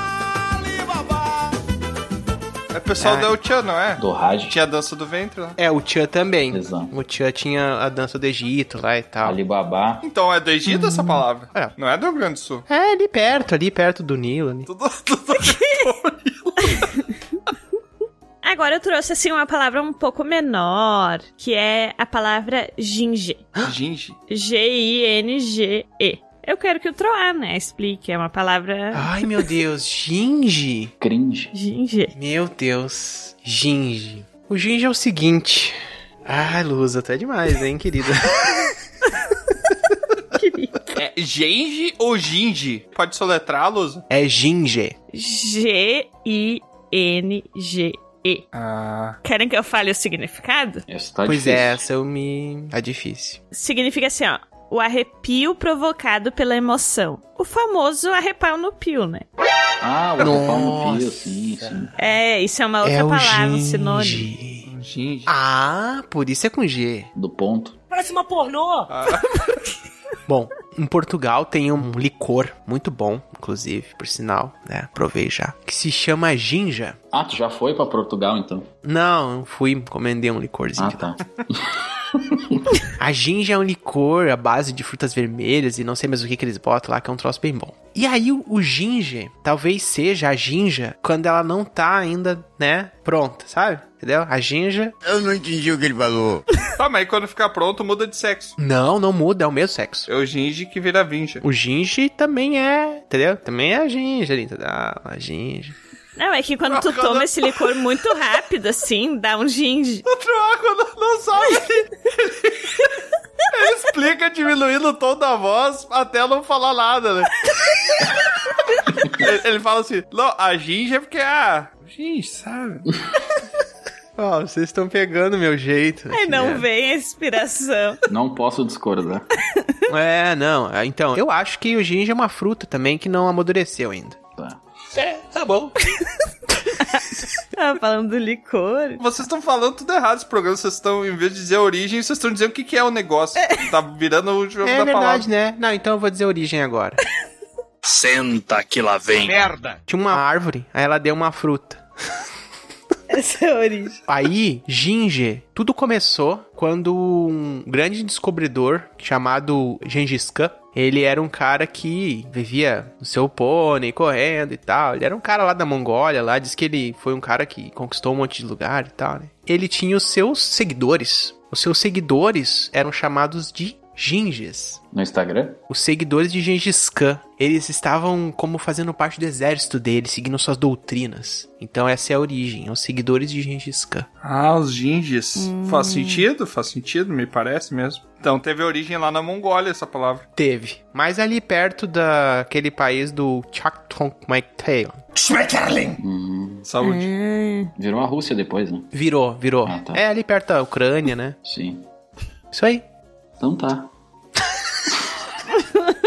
É pessoal
Ah.
da Eltian, não é?
Do Raj.
Tinha a dança do ventre né? lá.
É, o Tchan também.
Exato.
O Tchan tinha a dança do Egito lá e tal.
Alibaba.
Então é do Egito
Hum.
essa palavra?
É.
Não é do Rio Grande do Sul.
É, ali perto, ali perto do Nilo. ali.
Tudo, tudo...
Agora eu trouxe assim uma palavra um pouco menor, que é a palavra ginge.
Ginge.
G-I-N-G-E. Eu quero que o Troá, né, explique. É uma palavra
Ai, meu
[laughs]
Deus. Ginge.
Cringe.
ginge.
Meu Deus. Ginge. O ginge é o seguinte. Ai, Luz, até demais,
[laughs]
hein, querida?
[laughs] É Genji ou Ginge? Pode soletrar, Lusa?
É ginge.
G-I-N-G-E.
Ah.
Querem que eu fale o significado?
Essa tá
pois
difícil.
é, essa eu me... Tá difícil.
Significa assim, ó. O arrepio provocado pela emoção. O famoso arrepio no pio, né?
Ah, o arrepio no pio, sim, sim.
É, isso é uma outra
É o
palavra, um
gingi.
sinônimo.
Ah, por isso é com G.
Do ponto.
Parece uma pornô.
Bom, em Portugal tem um licor muito bom, inclusive, por sinal, né? Provei já. Que se chama ginja.
Ah, tu já foi pra Portugal então?
Não, eu fui encomendei um licorzinho.
Ah, tá.
A ginja é um licor à base de frutas vermelhas e não sei mais o que, que eles botam lá, que é um troço bem bom. E aí o, o ginge talvez seja a ginja quando ela não tá ainda, né, pronta, sabe? Entendeu? A ginja...
Eu não entendi o que ele falou. Tá, mas aí quando ficar pronto, muda de sexo.
Não, não muda, é o mesmo sexo.
É o ginge que vira vinja.
O ginge também é, entendeu? Também é a ginja ali, entendeu? Ah, A ginja...
Não, é que
[laughs]
quando tu
Troca
toma
da-
esse licor muito rápido, assim, dá um ginge.
O Troaco não, não sabe. Ele explica diminuindo o tom da voz até não falar nada, né? Ele- Ele fala assim, não, a ginja é porque, ah, ginge, sabe?
Ó, vocês estão pegando meu jeito.
É,
né?
Aí É, não
vê.
vem a inspiração. [laughs]
Não posso discordar.
É, não. é, Então, eu acho que o ginja é uma fruta também que não amadureceu ainda.
Tá.
É, tá bom.
Tava Ah, falando do licor.
Vocês estão falando tudo errado esse programa. Vocês estão, em vez de dizer a origem, vocês estão dizendo o que, que é o negócio. Tá virando o jogo
É
da
verdade,
palavra.
né? Não, então eu vou dizer a origem agora.
Senta que lá vem.
Merda!
Tinha uma árvore, aí ela deu uma fruta.
Essa é a origem.
Aí, ginger, tudo começou quando um grande descobridor chamado Gengis Khan, ele era um cara que vivia no seu pônei, correndo e tal. Ele era um cara lá da Mongólia, lá diz que ele foi um cara que conquistou um monte de lugar e tal, né? Ele tinha os seus seguidores. Os seus seguidores eram chamados de ginges.
No Instagram?
Os seguidores de Gengis Khan, eles estavam como fazendo parte do exército dele, seguindo suas doutrinas. Então essa é a origem, os seguidores de Gengis Khan.
Ah, os ginges.
Hum.
Faz sentido, faz sentido, me parece mesmo. Então teve origem lá na Mongólia essa palavra.
Teve. Mas ali perto daquele país do Chakton Maiteo.
Saúde.
Virou a Rússia depois, né?
Virou, virou.
Ah, tá.
É ali perto da Ucrânia, né?
Sim.
Isso aí.
Então
[laughs]
tá.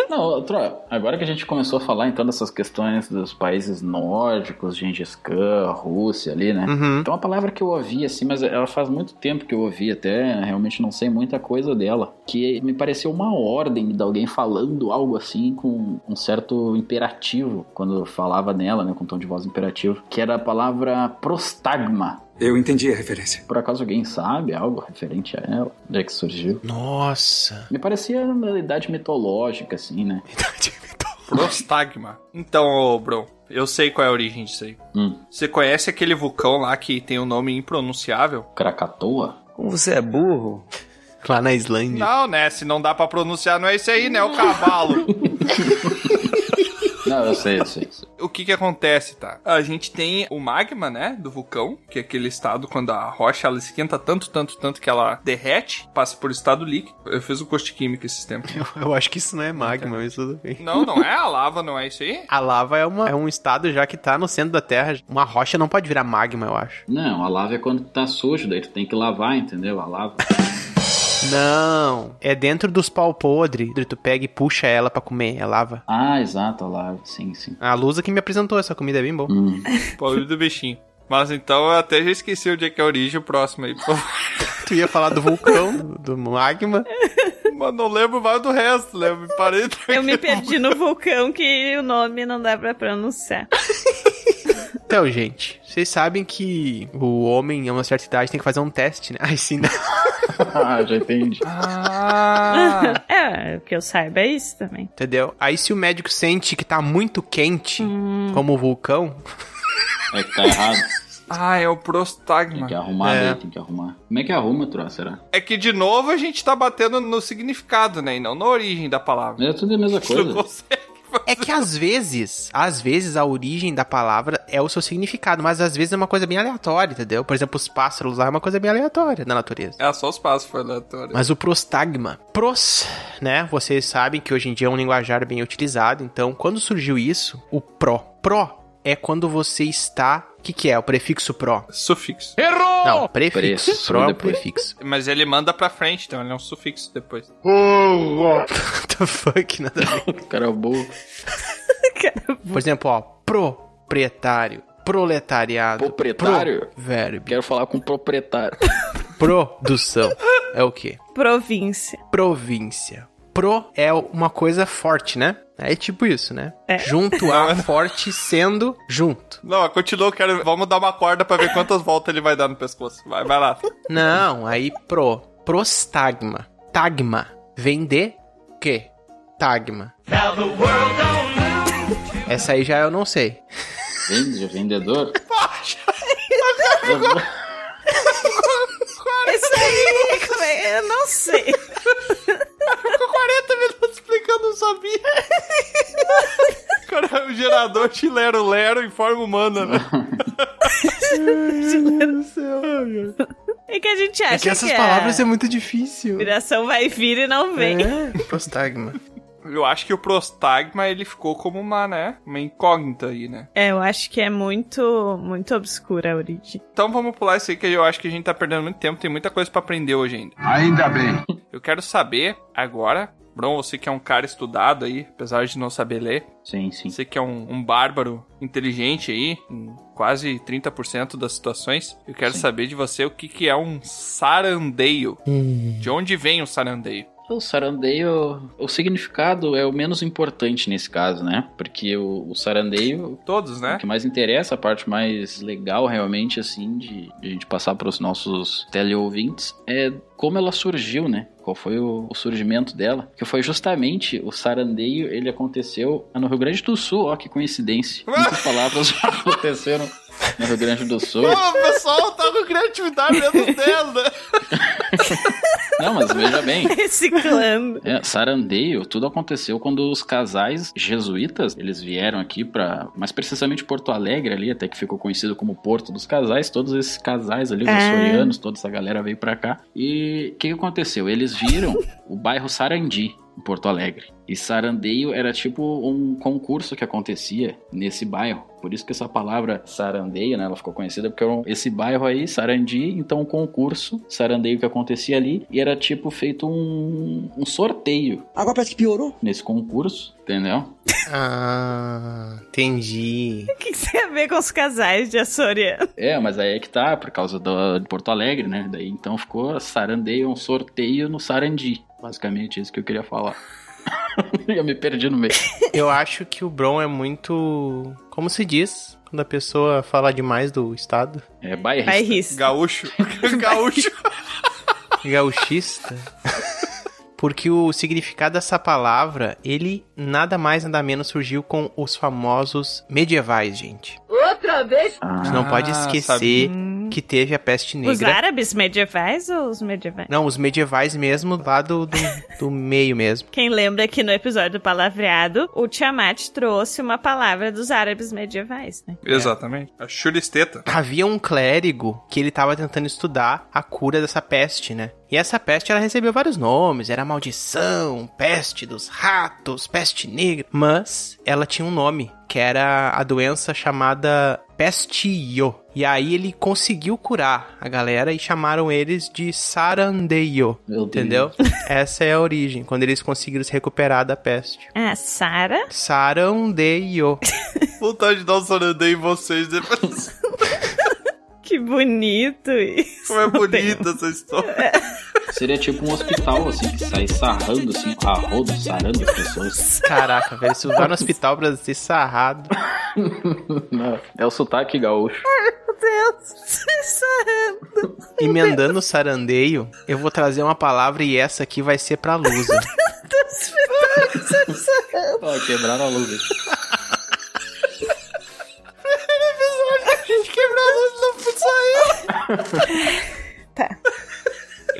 Não, Troia, agora que a gente começou a falar então dessas questões dos países nórdicos, Gengis Khan, Rússia ali, né?
Uhum.
Então, uma palavra que eu ouvi, assim, mas ela faz muito tempo que eu ouvi, até realmente não sei muita coisa dela, que me pareceu uma ordem de alguém falando algo assim com um certo imperativo, quando falava nela, né, com um tom de voz imperativo, que era a palavra prostagma.
Eu entendi a referência.
Por acaso alguém sabe algo referente a ela? Onde é que surgiu?
Nossa.
Me parecia uma idade mitológica, assim, né?
Prostagma. Então, ô, Bron, eu sei qual é a origem disso aí.
Hum,
Você conhece aquele vulcão lá que tem um nome impronunciável?
Krakatoa?
Como você é burro?
Lá na Islândia.
Não, né? Se não dá pra pronunciar, não é esse aí, né? É o cavalo.
Não, eu sei, eu sei. eu sei.
o que que acontece, tá? A gente tem o magma, né, do vulcão, que é aquele estado quando a rocha ela esquenta tanto, tanto, tanto que ela derrete, passa por estado líquido. Eu fiz o curso de química esses tempos.
Eu acho que isso não é magma, mas tudo bem.
Não, não é a lava, não é isso aí?
A lava é, uma- é um estado já que tá no centro da Terra. Uma rocha não pode virar magma, eu acho.
Não, a lava é quando tá sujo, daí tu tem que lavar, entendeu? A lava.
Não. É dentro dos pau podre. Tu pega e puxa ela pra comer, é lava.
Ah, exato, a lava. Sim, sim.
A Lusa que me apresentou essa comida é bem boa.
Hum.
Pobre do bichinho. Mas então eu até já esqueci onde é que é a origem, o próximo aí. pô.
Tu ia falar do vulcão, do- [laughs] do magma.
Mas não lembro mais do resto, né? [laughs] Eu me parei...
Eu me perdi no vulcão que o nome não dá pra pronunciar.
Então, gente, vocês sabem que o homem, a uma certa idade, tem que fazer um teste, né? [laughs] Ai, sim, né?
[laughs] ah, já entendi.
Ah...
É, o que eu saiba é isso também.
entendeu? Aí se o médico sente que tá muito quente, como o vulcão,
É que tá errado.
ah, é o
Tem
prostagma.
que arrumar,
É.
daí tem que arrumar. Como é que arruma, Tro, será?
É que, de novo, a gente tá batendo no significado, né? E não na origem da palavra.
Mas é tudo a mesma
Não
[laughs] coisa.
consegue.
é que às vezes, às vezes a origem da palavra é o seu significado, mas às vezes é uma coisa bem aleatória, entendeu? Por exemplo, os pássaros lá é uma coisa bem aleatória na natureza.
É só os passos, foi aleatório.
Mas o prostagma, pros, né? Vocês sabem que hoje em dia é um linguajar bem utilizado. Então, quando surgiu isso, o pró, pró é quando você está O que, que é o prefixo pró?
Sufixo.
Errou! Não, prefixo.
Preço,
pró é o
depois.
prefixo. [laughs]
Mas ele manda pra frente, então ele é um sufixo depois.
What the fuck? Nada a ver.
Cara é burro.
Por exemplo, ó, proprietário, proletariado.
Proprietário?
Provérbio.
Quero falar com o proprietário.
Produção. É o quê?
Província.
Província. Pro é uma coisa forte, né? É tipo isso, né?
É.
Junto a forte sendo junto.
Não, continua, eu quero. Vamos dar uma corda pra ver quantas voltas ele vai dar no pescoço. Vai, vai [laughs] lá.
Não, aí pro. Prostagma. Tagma. Vem de quê? Tagma. Essa aí já eu não sei.
Vende, vendedor?
É Isso aí, como é? eu não sei.
Ficou 40 minutos explicando, não sabia. Cara, [laughs] o gerador de lero-lero em forma humana, né?
É que a gente acha
É que essas
a
palavras é muito difícil.
inspiração vai vir e não vem.
É, prostagma.
Eu acho que o prostagma, ele ficou como uma, né? Uma incógnita aí, né?
É, eu acho que é muito, muito obscura a origem. [laughs]
Então vamos pular isso aí, que eu acho que a gente tá perdendo muito tempo. Tem muita coisa pra aprender hoje ainda.
Ainda bem.
Eu quero saber agora... Bron, você que é um cara estudado aí, apesar de não saber ler,
Sim, sim.
Você que é um, um bárbaro inteligente aí, em quase 30% das situações. Eu quero saber de você o que, que é um sarandeio. De onde vem o sarandeio?
O sarandeio, o significado é o menos importante nesse caso, né? Porque o, o sarandeio,
Todos, né?
o que mais interessa, a parte mais legal realmente, assim, de, de a gente passar para os nossos teleouvintes, é como ela surgiu, né? Qual foi o, o surgimento dela? Que foi justamente o sarandeio, ele aconteceu no Rio Grande do Sul, ó, que coincidência. Muitas palavras aconteceram no Rio Grande do Sul.
o pessoal tá com criatividade [laughs] menos 10, né?
Não, mas veja bem.
Reciclando.
É, sarandeio, tudo aconteceu quando os casais jesuítas, eles vieram aqui pra, mas precisamente Porto Alegre ali, até que ficou conhecido como Porto dos Casais, todos esses casais ali, os
Ah.
açorianos, toda essa galera veio pra cá. E o que, que aconteceu? Eles viram o bairro Sarandi, em Porto Alegre. E sarandeio era tipo um concurso que acontecia nesse bairro. Por isso que essa palavra sarandeio, né, ela ficou conhecida porque era um- esse bairro aí, Sarandi, então um concurso, sarandeio que acontecia ali, e era tipo feito um, um sorteio
Agora parece que piorou.
nesse concurso, entendeu?
Ah, entendi.
O que que tem a ver com os casais de açoriano?
É, mas aí é que tá, por causa do, de Porto Alegre, né? Daí então ficou sarandeio, um sorteio no Sarandi. Basicamente isso que eu queria falar. [laughs] eu me perdi no meio.
Eu acho que o Bron é muito. Como se diz quando a pessoa fala demais do estado?
É bairro.
Vai rir.
Gaúcho. [laughs] Gaúcho.
Gauchista. Porque o significado dessa palavra, ele nada mais nada menos surgiu com os famosos medievais, gente. A gente não
Ah,
pode esquecer que teve a peste
Os
negra.
árabes medievais ou os medievais?
Não, os medievais mesmo, lá do, do, do meio mesmo.
Quem lembra que no episódio do Palavreado, o Tiamat trouxe uma palavra dos árabes medievais, né?
Exatamente. A
[laughs]
churisteta.
Havia um clérigo que ele estava tentando estudar a cura dessa peste, né? E essa peste ela recebeu vários nomes, era maldição, peste dos ratos, peste negra, mas ela tinha um nome, que era a doença chamada pestio. E aí ele conseguiu curar a galera e chamaram eles de sarandeio,
Meu Deus.
entendeu? Essa é a origem, quando eles conseguiram se recuperar da peste.
Ah, Sara?
Sarandeio.
Vontade de dar um sarandeio em vocês depois.
Que bonito isso. [laughs]
Como é bonita essa história.
Seria tipo um hospital, assim, que sai sarrando, assim, a rodo, sarando as pessoas.
Caraca, velho, se vai no hospital pra ser sarrado.
Não, [laughs] É o sotaque gaúcho.
Meu Deus.
Emendando o sarandeio, eu vou trazer uma palavra e essa aqui vai ser pra [laughs] Lusa.
Ó, quebraram a luz.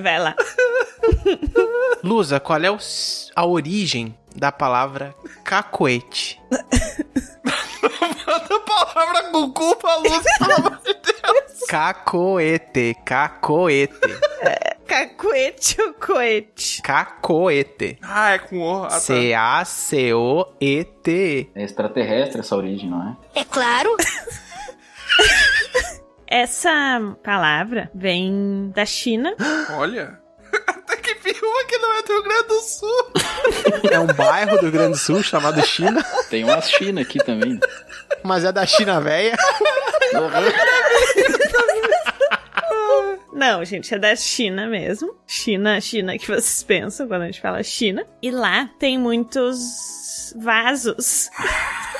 Vai lá.
Lusa, qual é o s- a origem da palavra cacoete?
Manda a palavra com culpa, Luz.
Cacoete, cacoete,
Cacuete ou coete?
cacoete.
Ah, é com o. Ah, tá.
C-A-C-O-E-T.
É extraterrestre essa origem, não é?
É claro.
Essa palavra vem da China.
Olha. Até que viúva que não é do Rio Grande do Sul.
É um bairro do Rio Grande do Sul chamado China.
Tem uma China aqui também.
Mas é da China velha.
Não, gente, é da China mesmo. China, China que vocês pensam quando a gente fala China. E lá tem muitos vasos.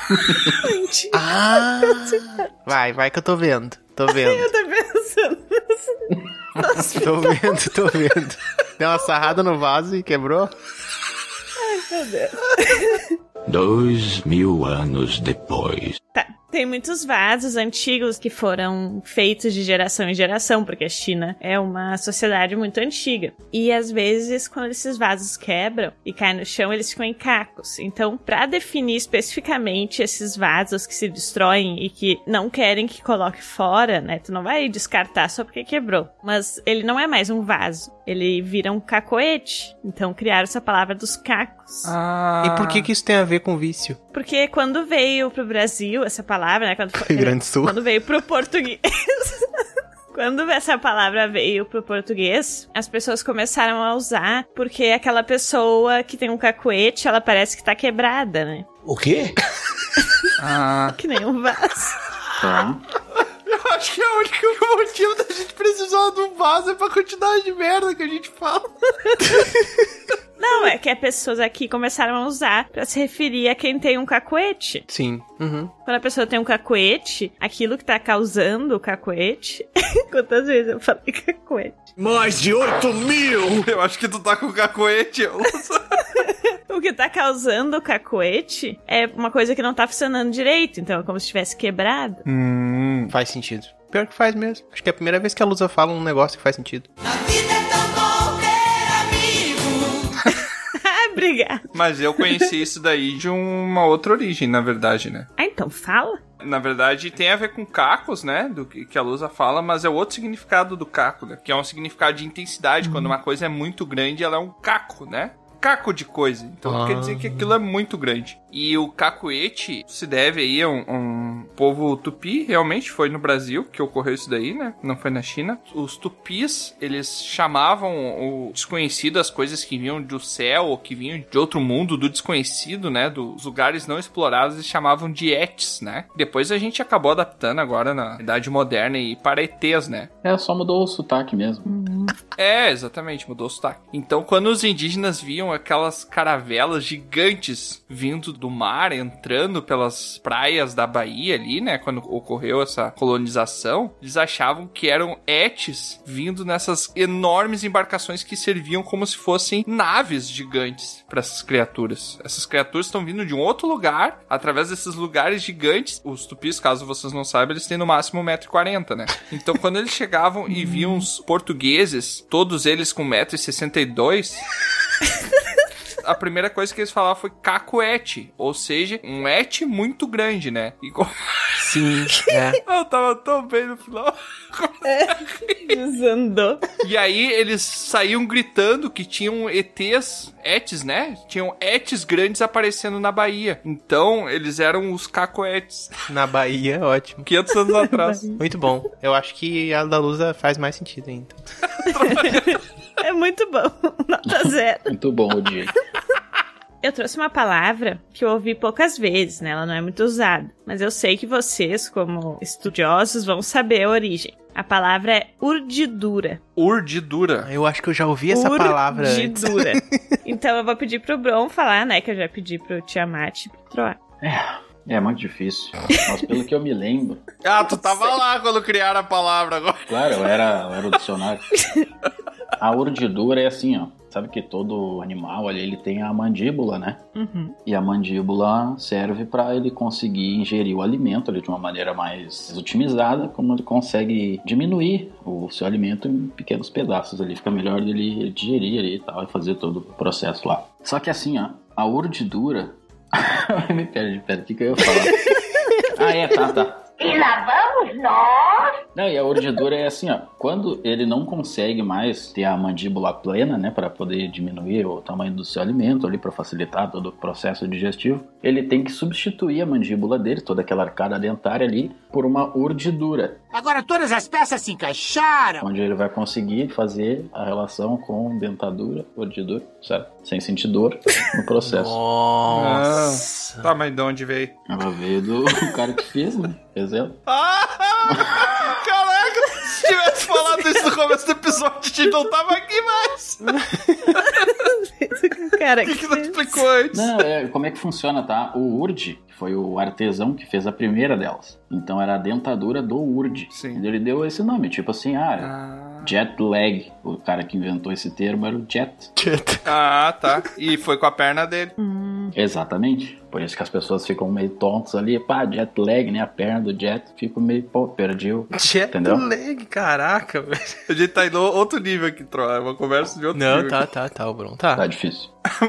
[laughs] Mentira.
Ah. Vai, vai que eu tô vendo. Tô vendo.
Eu tô pensando.
Tô vendo, tô vendo. Deu uma sarrada no vaso e quebrou.
Meu Deus.
Dois mil anos depois.
Tá. Tem muitos vasos antigos que foram feitos de geração em geração, porque a China é uma sociedade muito antiga. E às vezes, quando esses vasos quebram e caem no chão, eles ficam em cacos. Então, para definir especificamente esses vasos que se destroem e que não querem que coloque fora, né? Tu não vai descartar só porque quebrou. Mas ele não é mais um vaso, ele vira um cacoete. Então, criaram essa palavra dos cacos.
Ah.
E por que que isso tem a ver com vício?
Porque quando veio pro Brasil essa palavra, né? Quando, foi-
[laughs] Grande Sul.
quando veio pro português. [laughs] Quando essa palavra veio pro português, as pessoas começaram a usar porque aquela pessoa que tem um cacuete, ela parece que tá quebrada, né?
O
[laughs]
quê?
Ah.
Que nem um vaso.
Tá.
Eu acho que é o único [laughs] motivo da gente precisar de um vaso é pra quantidade de merda que a gente fala.
Não, é que as pessoas aqui começaram a usar pra se referir a quem tem um cacuete.
Sim. Uhum.
Quando a pessoa tem um cacuete, aquilo que tá causando o cacuete. [laughs] Quantas vezes eu falei cacuete?
Mais de 8 mil! Eu acho que tu tá com cacoete. Elsa.
O que tá causando o cacoete é uma coisa que não tá funcionando direito, então é como se tivesse quebrado.
Faz sentido. Pior que faz mesmo. Acho que é a primeira vez que a Lusa fala um negócio que faz sentido.
[laughs] ah, obrigada.
Mas eu conheci isso daí de uma outra origem, na verdade, né?
Ah, então fala.
Na verdade, tem a ver com cacos, né? Do que que a Lusa fala, mas é outro significado do caco, né? Que é um significado de intensidade. Quando uma coisa é muito grande, ela é um caco, né? Caco de coisa. Então
Ah.
quer dizer que aquilo é muito grande. E o cacoete se deve aí a um, um povo tupi, realmente foi no Brasil que ocorreu isso daí, né? Não foi na China. Os tupis, eles chamavam o desconhecido as coisas que vinham do céu ou que vinham de outro mundo, do desconhecido, né? Dos lugares não explorados, eles chamavam de etes, né? Depois a gente acabou adaptando agora na idade moderna e para ETs, né?
É, só mudou o sotaque mesmo.
É, exatamente, mudou o sotaque. Então, quando os indígenas viam aquelas caravelas gigantes vindo do mar, entrando pelas praias da Bahia ali, né? Quando ocorreu essa colonização, eles achavam que eram etes vindo nessas enormes embarcações que serviam como se fossem naves gigantes para essas criaturas. Essas criaturas estão vindo de um outro lugar, através desses lugares gigantes. Os tupis, caso vocês não saibam, eles têm no máximo 1,40m, né? Então, quando eles chegavam e viam os portugueses, todos eles com 1,62m, a primeira coisa que eles falavam foi cacoete, ou seja, um ete muito grande, né? E como [laughs]
[laughs] Sim, é.
eu tava tão bem no final.
Desandou.
E aí eles saíam gritando que tinham ETs, ETs, né? Tinham ETs grandes aparecendo na Bahia. Então, eles eram os cacoetes.
Na Bahia, ótimo.
500 anos atrás.
Muito bom. Eu acho que a da Lusa faz mais sentido ainda.
É muito bom. [laughs] Nota zero.
Muito bom o dia.
Eu trouxe uma palavra que eu ouvi poucas vezes, né? Ela não é muito usada. Mas eu sei que vocês, como estudiosos, vão saber a origem. A palavra é urdidura.
Urdidura.
Ah, Eu acho que eu já ouvi essa
Ur-
palavra
de
antes. [laughs]
dura. Então eu vou pedir pro Bron falar, né? Que eu já pedi pro Tiamat e pro Troar.
É muito difícil. Mas pelo que eu me lembro,
Ah, tu tava lá quando criaram a palavra agora.
claro, eu era, eu era o dicionário. A urdidura é assim, ó. Sabe que todo animal ali ele tem a mandíbula, né?
Uhum.
E a mandíbula serve para ele conseguir ingerir o alimento ali de uma maneira mais otimizada, como ele consegue diminuir o seu alimento em pequenos pedaços ali. Fica melhor dele digerir ali e tal, e fazer todo o processo lá. Só que assim, ó, a urdidura. [laughs] me perde, pera, o que, que eu ia falar? ah, é, tá, tá.
E lá vamos nós
Não, e a urdidura é assim, ó. Quando ele não consegue mais ter a mandíbula plena, né, para poder diminuir o tamanho do seu alimento ali para facilitar todo o processo digestivo, ele tem que substituir a mandíbula dele, toda aquela arcada dentária ali, por uma urdidura.
Agora todas as peças se
É.
encaixaram.
Onde ele vai conseguir fazer a relação com dentadura, urdidura, certo? Sem sentir dor
[laughs]
no processo.
Nossa. Tá, mas de onde veio? [laughs]
Ela veio do [laughs] cara que fez, né? Fez ela.
Ah, caraca, se tivesse falado isso no começo do episódio, a gente não tava aqui mais.
cara
que, que não explicou antes?
Não, é, como é que funciona, tá? O URD, que foi o artesão que fez a primeira delas. Então era a dentadura do URD.
Sim.
Ele deu esse nome, tipo assim, ah, jet lag. O cara que inventou esse termo era o Jet.
Jet.
Ah, tá. E foi com a perna dele.
Exatamente. Por isso que as pessoas ficam meio tontas ali. Pá, jet lag, né? A perna do jet. Fico meio, pô, perdi o...
Jet
Entendeu?
lag, caraca, velho.
A gente tá indo outro nível aqui, Troa. É uma conversa de outro
Não,
nível.
tá, tá, tá, o Bruno tá.
Tá difícil.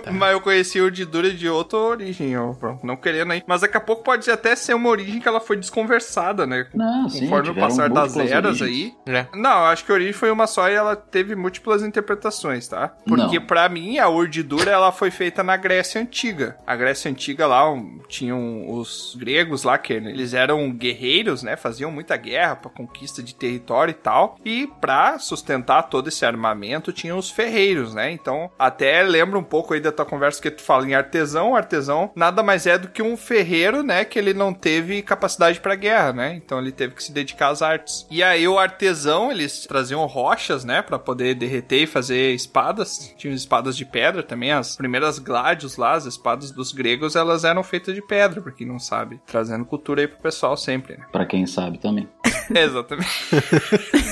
[laughs] Mas eu conheci o de Dura de outra origem, ó, Bruno. não querendo aí. Mas daqui a pouco pode até ser uma origem que ela foi desconversada, né?
Não, sim,
Conforme o
tiveram
passar das
múltiplas
eras
origens.
aí.
É.
Não, eu acho que a origem foi uma só e ela teve múltiplas interpretações, tá? Porque
Não.
pra mim a urdidura ela foi feita na Grécia antiga. A Grécia antiga lá um, tinham os gregos lá que eles eram guerreiros, né? Faziam muita guerra pra conquista de território e tal. E pra sustentar todo esse armamento tinham os ferreiros, né? Então até lembra um pouco aí da tua conversa que tu fala em artesão. Artesão nada mais é do que um ferreiro, né? Que ele não teve capacidade pra guerra, né? Então ele teve que se dedicar às artes. E aí o artesão, eles traziam rochas, né, Pra poder derreter e fazer espadas. Tinham espadas de pedra também, as primeiras gládios lá, as espadas dos gregos, elas eram feitas de pedra, pra quem não sabe, trazendo cultura aí pro pessoal sempre, né? [laughs]
Pra quem sabe também. [laughs]
Exatamente.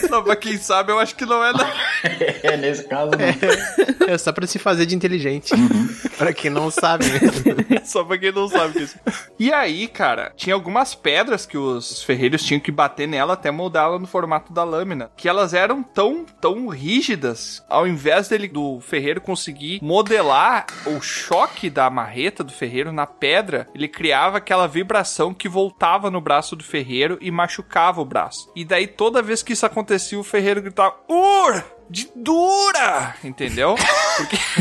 não, pra quem sabe, eu acho que não é não.
é, nesse caso não.
[laughs] É só pra se fazer de inteligente. pra quem não sabe mesmo.
Uhum. [laughs] Só pra quem não sabe disso. E aí, cara, tinha algumas pedras que os ferreiros tinham que bater nela até moldá-la no formato da lâmina. Que elas eram tão, tão rígidas, ao invés dele do ferreiro conseguir modelar o choque da marreta do ferreiro na pedra, ele criava aquela vibração que voltava no braço do ferreiro e machucava o braço. E daí, toda vez que isso acontecia, o ferreiro gritava: UR! De dura! Entendeu?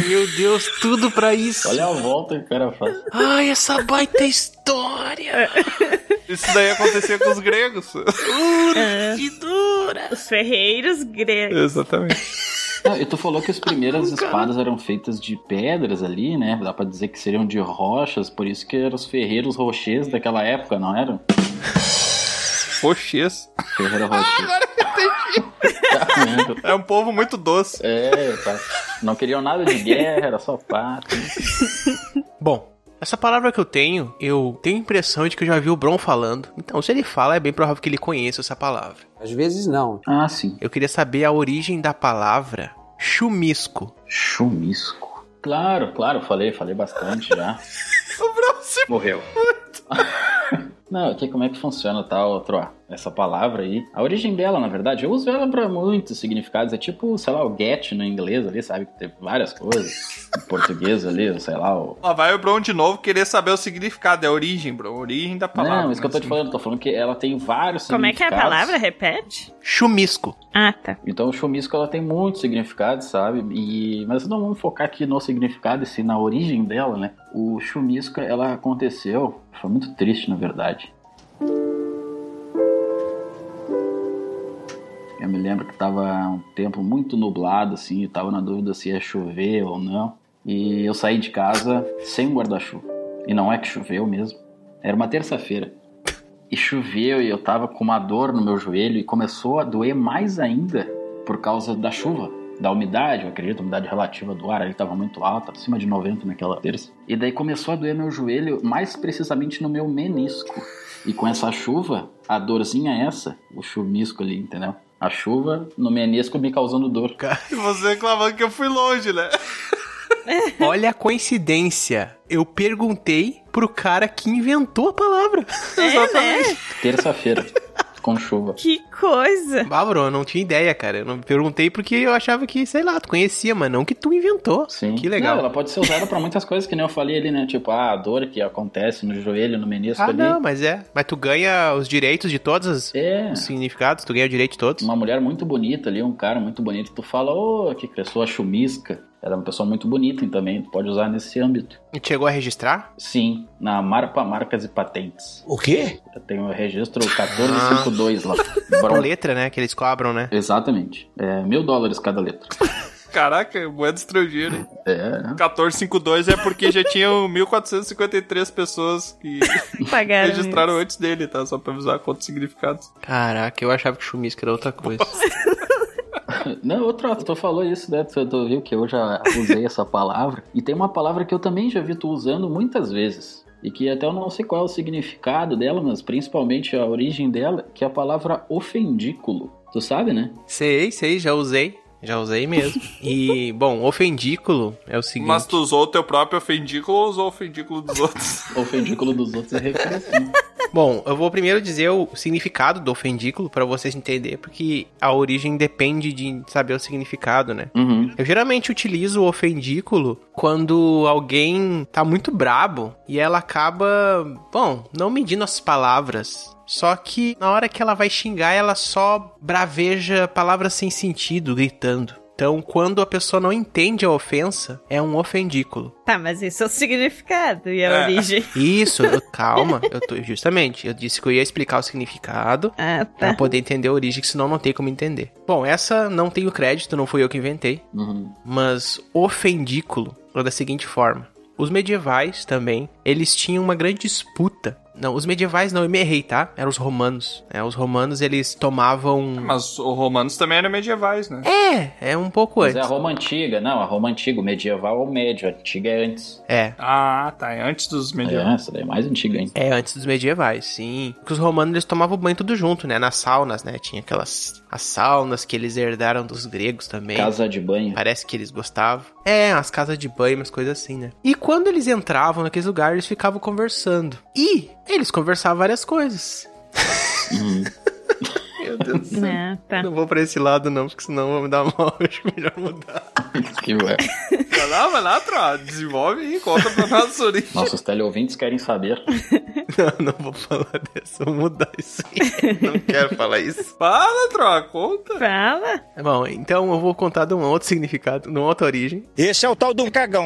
Meu Deus, tudo pra isso.
Olha a volta que o cara faz.
Ai, essa baita história.
Isso daí acontecia com os gregos.
Que dura.
Os ferreiros gregos.
Exatamente.
Não, e tu falou que as primeiras espadas eram feitas de pedras ali, né? Dá pra dizer que seriam de rochas, por isso que eram os ferreiros rochês daquela época, não eram?
Roxês.
Ferreiro rochês. Ah, Agora eu entendi.
É um povo muito doce.
[laughs] É, tá. Não queriam nada de guerra, era só pato.
Bom, essa palavra que eu tenho, eu tenho a impressão de que eu já vi o Bron falando. Então, se ele fala, é bem provável que ele conheça essa palavra.
Às vezes não.
Ah, sim.
Eu queria saber a origem da palavra chumisco.
Chumisco. Claro, claro, falei, falei bastante
[laughs]
já.
O Bronze
Morreu. [laughs] Não, aqui como é que funciona, tá, ô, Troa? Essa palavra aí. A origem dela, na verdade, eu uso ela pra muitos significados. É tipo, sei lá, o get no inglês ali, sabe? Que tem várias coisas. Em português ali, sei lá,
é
o.
Ó, vai o Bron de novo querer saber o significado, é a origem, Bron. Origem da palavra.
Não, isso que eu tô te
né?
falando, tô falando que ela tem vários
Como é que é a
significados.
palavra? Repete?
Chumisco.
Ah, tá.
Então o chumisco ela tem muitos significados, sabe? E mas não vamos focar aqui no significado, e sim na origem dela, né? O chumisco ela aconteceu, foi muito triste na verdade. Eu me lembro que tava um tempo muito nublado assim, eu tava na dúvida se ia chover ou não, e eu saí de casa sem um guarda-chuva. E não é que choveu mesmo. Era uma terça-feira e choveu e eu tava com uma dor no meu joelho e começou a doer mais ainda por causa da chuva, da umidade, eu acredito, a umidade relativa do ar ali tava muito alta, acima de 90 naquela terça. E daí começou a doer meu joelho, mais precisamente no meu menisco. E com essa chuva, a dorzinha é essa, o chumisco ali, entendeu? A chuva no menisco me causando dor.
E você reclamando que eu fui longe, né?
Olha a coincidência. Eu
É,
[laughs]
né?
perguntei pro cara que inventou a palavra. [laughs]
Terça-feira. com chuva.
Que coisa!
Bárbaro, Ah, eu não tinha ideia, cara. Eu não perguntei porque eu achava que, sei lá, tu conhecia, mas não que tu inventou.
Sim.
Que legal.
Não, ela pode ser usada pra muitas coisas, que nem eu falei ali, né? Tipo, ah, a dor que acontece no joelho, no menisco
ah,
ali.
não, mas é. Mas tu ganha os direitos de todos os,
É.
os significados, tu ganha o direito de todos.
Uma mulher muito bonita ali, um cara muito bonito, tu fala, ô, que pessoa chumisca. Ela é uma pessoa muito bonita e também, tu pode usar nesse âmbito.
E tu chegou a registrar?
Sim, na Marpa Marcas e Patentes.
O quê?
Eu tenho o registro 1452 lá.
Por
Bron-
letra, né? Que eles cobram, né?
Exatamente. É mil dólares cada letra.
Caraca, moeda estrangeira. hein?
É.
1452 é porque já tinham 1453 pessoas [laughs] que É
Pagaram
registraram antes dele, tá? Só pra avisar quantos significados.
Caraca, eu achava que chumisca era outra coisa.
Não, outra, tu falou isso, né? Tu, tu viu que eu já usei essa palavra. E tem uma palavra que eu também já vi tu usando muitas vezes. E que até eu não sei qual é o significado dela, mas principalmente a origem dela, que é a palavra ofendículo. Tu sabe, né?
[laughs] sei, sei, já usei. Já usei mesmo. [laughs] E, bom, ofendículo é o seguinte.
Mas tu usou o teu próprio ofendículo ou usou o ofendículo dos [laughs] outros?
Ofendículo dos outros é referência.
Bom, eu vou primeiro dizer o significado do ofendículo pra vocês entenderem, porque a origem depende de saber o significado, né?
[laughs] Uhum.
Eu geralmente utilizo o ofendículo quando alguém tá muito brabo e ela acaba, bom, não medindo as palavras. Só que na hora que ela vai xingar, ela só braveja palavras sem sentido, gritando. Então, quando a pessoa não entende a ofensa, é um ofendículo.
Tá, mas esse é o significado e a
É.
origem.
Isso, eu- [laughs] calma, eu tô, justamente, eu disse que eu ia explicar o significado
Ah,
pra
tá.
poder entender a origem, que senão não tem como entender. Bom, essa não tem o crédito, não fui eu que inventei,
Uhum.
mas ofendículo é da seguinte forma. Os medievais também, eles tinham uma grande disputa. Não, os medievais não, eu me errei, tá? Eram os romanos. né? Os romanos, eles tomavam...
Mas os romanos também eram medievais, né?
É, é um pouco
Mas é a
antes.
Roma antiga. Não, a Roma antiga. O medieval é o médio. A antiga é antes.
É.
Ah, tá. É antes dos
É,
medievais.
essa daí é mais antiga ainda.
É, antes dos medievais, sim. Porque os romanos, eles tomavam banho tudo junto, né? Nas saunas, né? Tinha aquelas... As saunas que eles herdaram dos gregos também.
Casa de banho.
Parece que eles gostavam. É, as casas de banho, umas coisas assim, né? E quando eles entravam naqueles lugares, eles ficavam conversando. E eles conversavam várias coisas. Uhum. [laughs] Meu Deus do céu.
Ah, tá.
Não vou pra esse lado, não, porque senão eu vou me dar mal. Acho melhor mudar.
Que é, ué.
Vai lá, vai lá, Tro. Desenvolve e conta pra [laughs] nós as origens.
Nossos teleouvintes querem saber.
Não, não vou falar dessa. Vou mudar isso aí. Não quero falar isso.
Fala, Tro. Conta.
Fala.
[laughs] Bom, então eu vou contar de um outro significado, de uma outra origem.
Esse é o tal do cagão.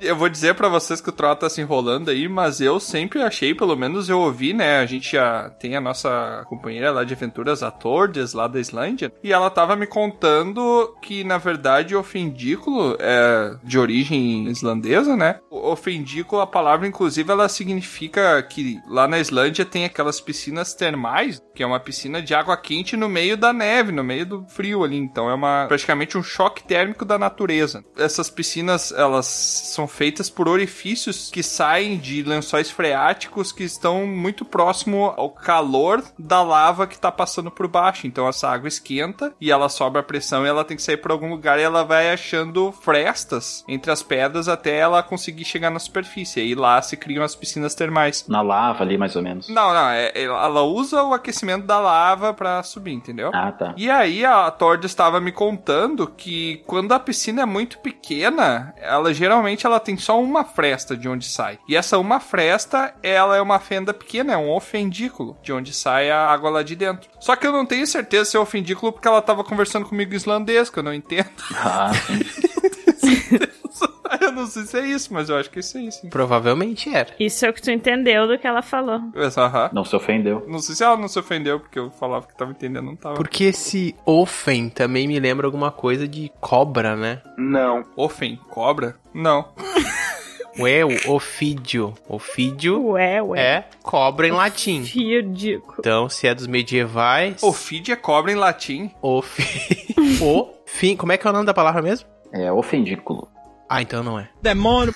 Eu vou dizer pra vocês que o Troll tá se enrolando aí, mas eu sempre achei, pelo menos eu ouvi, né? A gente já tem a nossa companheira lá de aventuras, a Tordes, lá da Islândia, e ela tava me contando que, na verdade, ofendículo é de origem islandesa, né? O ofendículo, a palavra, inclusive, ela significa que lá na Islândia tem aquelas piscinas termais, que é uma piscina de água quente no meio da neve, no meio do frio ali. Então é uma praticamente um choque térmico da natureza. Essas piscinas, elas são feitas por orifícios que saem de lençóis freáticos que estão muito próximo ao calor da lava que tá passando por baixo. Então essa água esquenta e ela sobe a pressão e ela tem que sair por algum lugar e ela vai achando frestas entre as pedras até ela conseguir chegar na superfície. E lá se criam as piscinas termais.
Na lava ali, mais ou menos.
Não, não, é- é- ela usa o aquecimento da lava pra subir, entendeu?
Ah, tá.
E aí a Tord estava me contando que quando a piscina é muito pequena, ela geralmente ela tem só uma fresta de onde sai. E essa uma fresta, ela é uma fenda pequena, é um ofendículo de onde sai a água lá de dentro. Só que eu não tenho certeza se é ofendículo porque ela estava conversando comigo em islandês, que eu não entendo. [laughs]
Ah, sim.
eu não sei se é isso, mas eu acho que isso é isso.
Provavelmente era.
Isso é o que tu entendeu do que ela falou.
Aham.
Não se ofendeu.
Não sei se ela não se ofendeu porque eu falava que tava entendendo, não tava.
Porque esse ofen também me lembra alguma coisa de cobra, né?
Não.
Ofen, cobra? Não.
Ué, o ofídio. Ofídio
Ué, ué.
é cobra em latim.
Fiordico.
Então, se é dos medievais.
Ofid é cobra em latim.
[laughs] Ofi. o fim. Como é que é o nome da palavra mesmo?
É ofendículo.
Ah, então não é.
Demônio.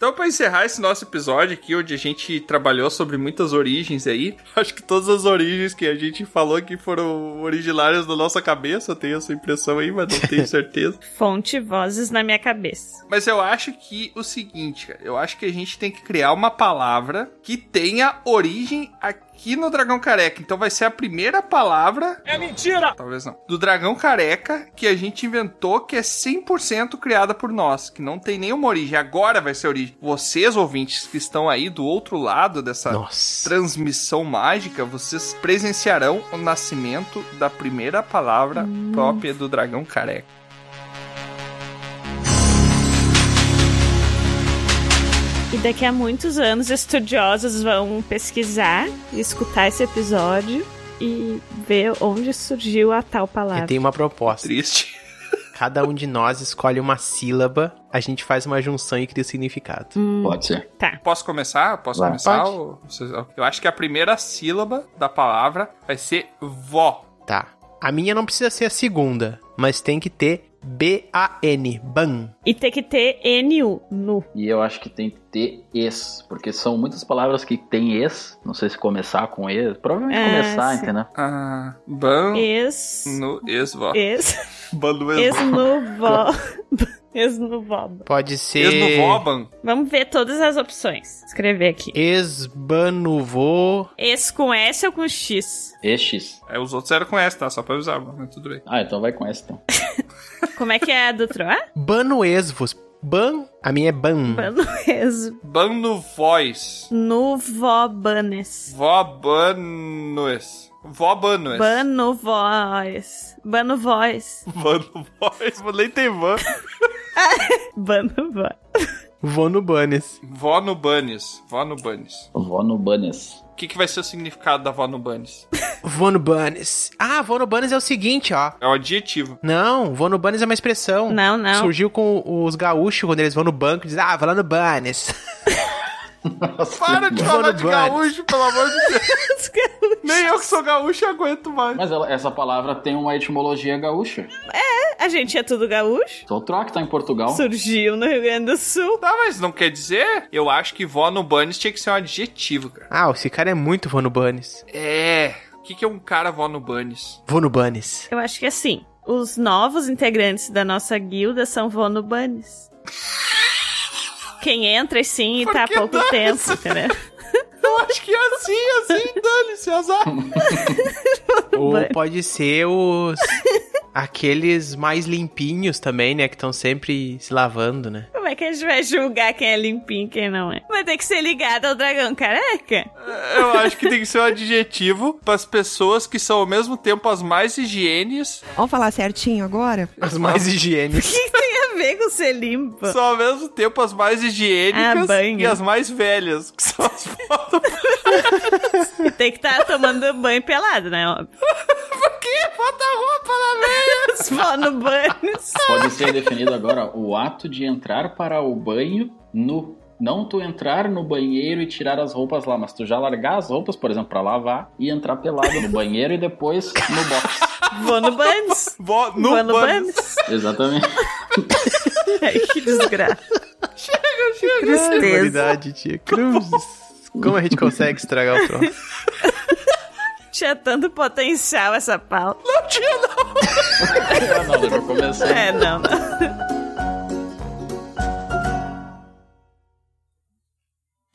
Então, pra encerrar esse nosso episódio aqui, onde a gente trabalhou sobre muitas origens aí. [laughs] Acho que todas as origens que a gente falou aqui foram originárias da nossa cabeça. Eu tenho essa impressão aí, mas não tenho certeza.
Fonte vozes na minha cabeça.
Mas eu acho que o seguinte, cara, eu acho que a gente tem que criar uma palavra que tenha origem aqui no Dragão Careca. Então vai ser a primeira palavra.
É mentira!
Talvez não. Do Dragão Careca que a gente inventou que é 100% criada por nós, que não tem nenhuma origem. Agora vai ser origem. Vocês, ouvintes que estão aí do outro
Tá.
lado dessa
Nossa.
transmissão mágica, vocês presenciarão o nascimento da primeira palavra
Hum.
própria do Dragão Careca.
E daqui a muitos anos, estudiosos vão pesquisar, escutar esse episódio e ver onde surgiu a tal palavra.
Eu tenho uma proposta.
Triste.
Cada um de nós escolhe uma sílaba, a gente faz uma junção e cria o significado.
Hum.
Pode ser.
Tá.
Posso começar? Posso
Vai.
começar?
Pode.
Ou- vocês- Eu acho que a primeira sílaba da palavra vai ser vó.
Tá. A minha não precisa ser a segunda, mas tem que ter B-A-N, ban.
E tem que ter NU nu.
E eu acho que tem que ter es, porque são muitas palavras que tem es. Não sei se começar com es, provavelmente
É,
começar,
sim.
entendeu?
Ah, ban
Ex.
no ex-vó.
Ex.
Ban no ex-vó.
[laughs] Esnuvo. Esnuvoba.
Pode ser.
Esnuvoban.
Vamos ver todas as opções. Escrever aqui.
Esbanuvô.
Esse com S ou com X?
Estes.
É, os outros eram com S, tá? Só pra avisar, mas tudo bem.
Ah, então vai com essa então.
Como é que é a do Troá?
Banoesvos. Ban. A minha é ban.
Banoes.
Ban no voz.
Nuvobanes.
Vó banues. Vó banues.
Banovoz. Banovoz.
Vó no voz. Nem tem van.
Banovoz.
Vou no banes.
Vó no banes. Vó no banes.
Vó no [laughs] banes.
O que, que vai ser o significado da vó no banes?
Vou no banes. Ah, vou no banes é o seguinte, ó.
É um adjetivo.
Não, vou no banes é uma expressão.
Não, não.
Surgiu com os gaúchos, quando eles vão no banco, dizem, ah, vou lá no banes.
Para de
Vó
falar
no
de
banes.
gaúcho, pelo amor de
[laughs]
Deus. Nem eu que sou gaúcho aguento mais.
Mas ela- essa palavra tem uma etimologia gaúcha.
A gente é tudo gaúcho.
Só o troca tá em Portugal.
Surgiu no Rio Grande do Sul.
Tá, mas não quer dizer? Eu acho que vó no banes tinha que ser um adjetivo, cara.
[laughs] ah, esse cara é muito vou no banes.
É. O que, que é um cara vó no banes?
Vou
[laughs]
no banes.
Eu acho que assim, os novos integrantes da nossa guilda são Vonubanes. Quem entra sim e tá há
que
pouco
dá
tempo,
isso?
entendeu?
Eu acho que é assim, assim, [laughs] dane-se, azar.
Ou pode ser os. aqueles mais limpinhos também, né? Que estão sempre se lavando, né?
Como é que a gente vai julgar quem é limpinho e quem não é? Vai ter que ser ligado ao dragão careca. [laughs]
É, Eu acho que tem que ser um adjetivo pras pessoas que são ao mesmo tempo as mais higienes.
Vamos falar certinho agora?
As [laughs] mais
O
higiênicas.
que, que tem a ver com ser limpo?
São ao mesmo tempo as mais higiênicas
Ah, banho.
e as mais velhas. Que são as... [laughs]
E tem que estar tomando banho pelado, né? Óbvio.
Por quê? Bota a roupa na meia!
Só no banho.
Pode ser definido agora o ato de entrar para o banho nu. Não tu entrar no banheiro e tirar as roupas lá, mas tu já largar as roupas, por exemplo, pra lavar e entrar pelado no banheiro e depois no [laughs] box.
Vou no banho.
Vó no
Vou no banho. [laughs]
banes.
Exatamente.
Ai, que desgraça.
Chega, chega.
Barbaridade, tia. Cruzes. Como a gente consegue estragar o troço?
Tinha tanto potencial essa pau.
Não tinha
Ah, não, eu vou começar.
É, não, não.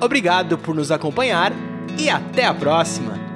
Obrigado por nos acompanhar e até a próxima!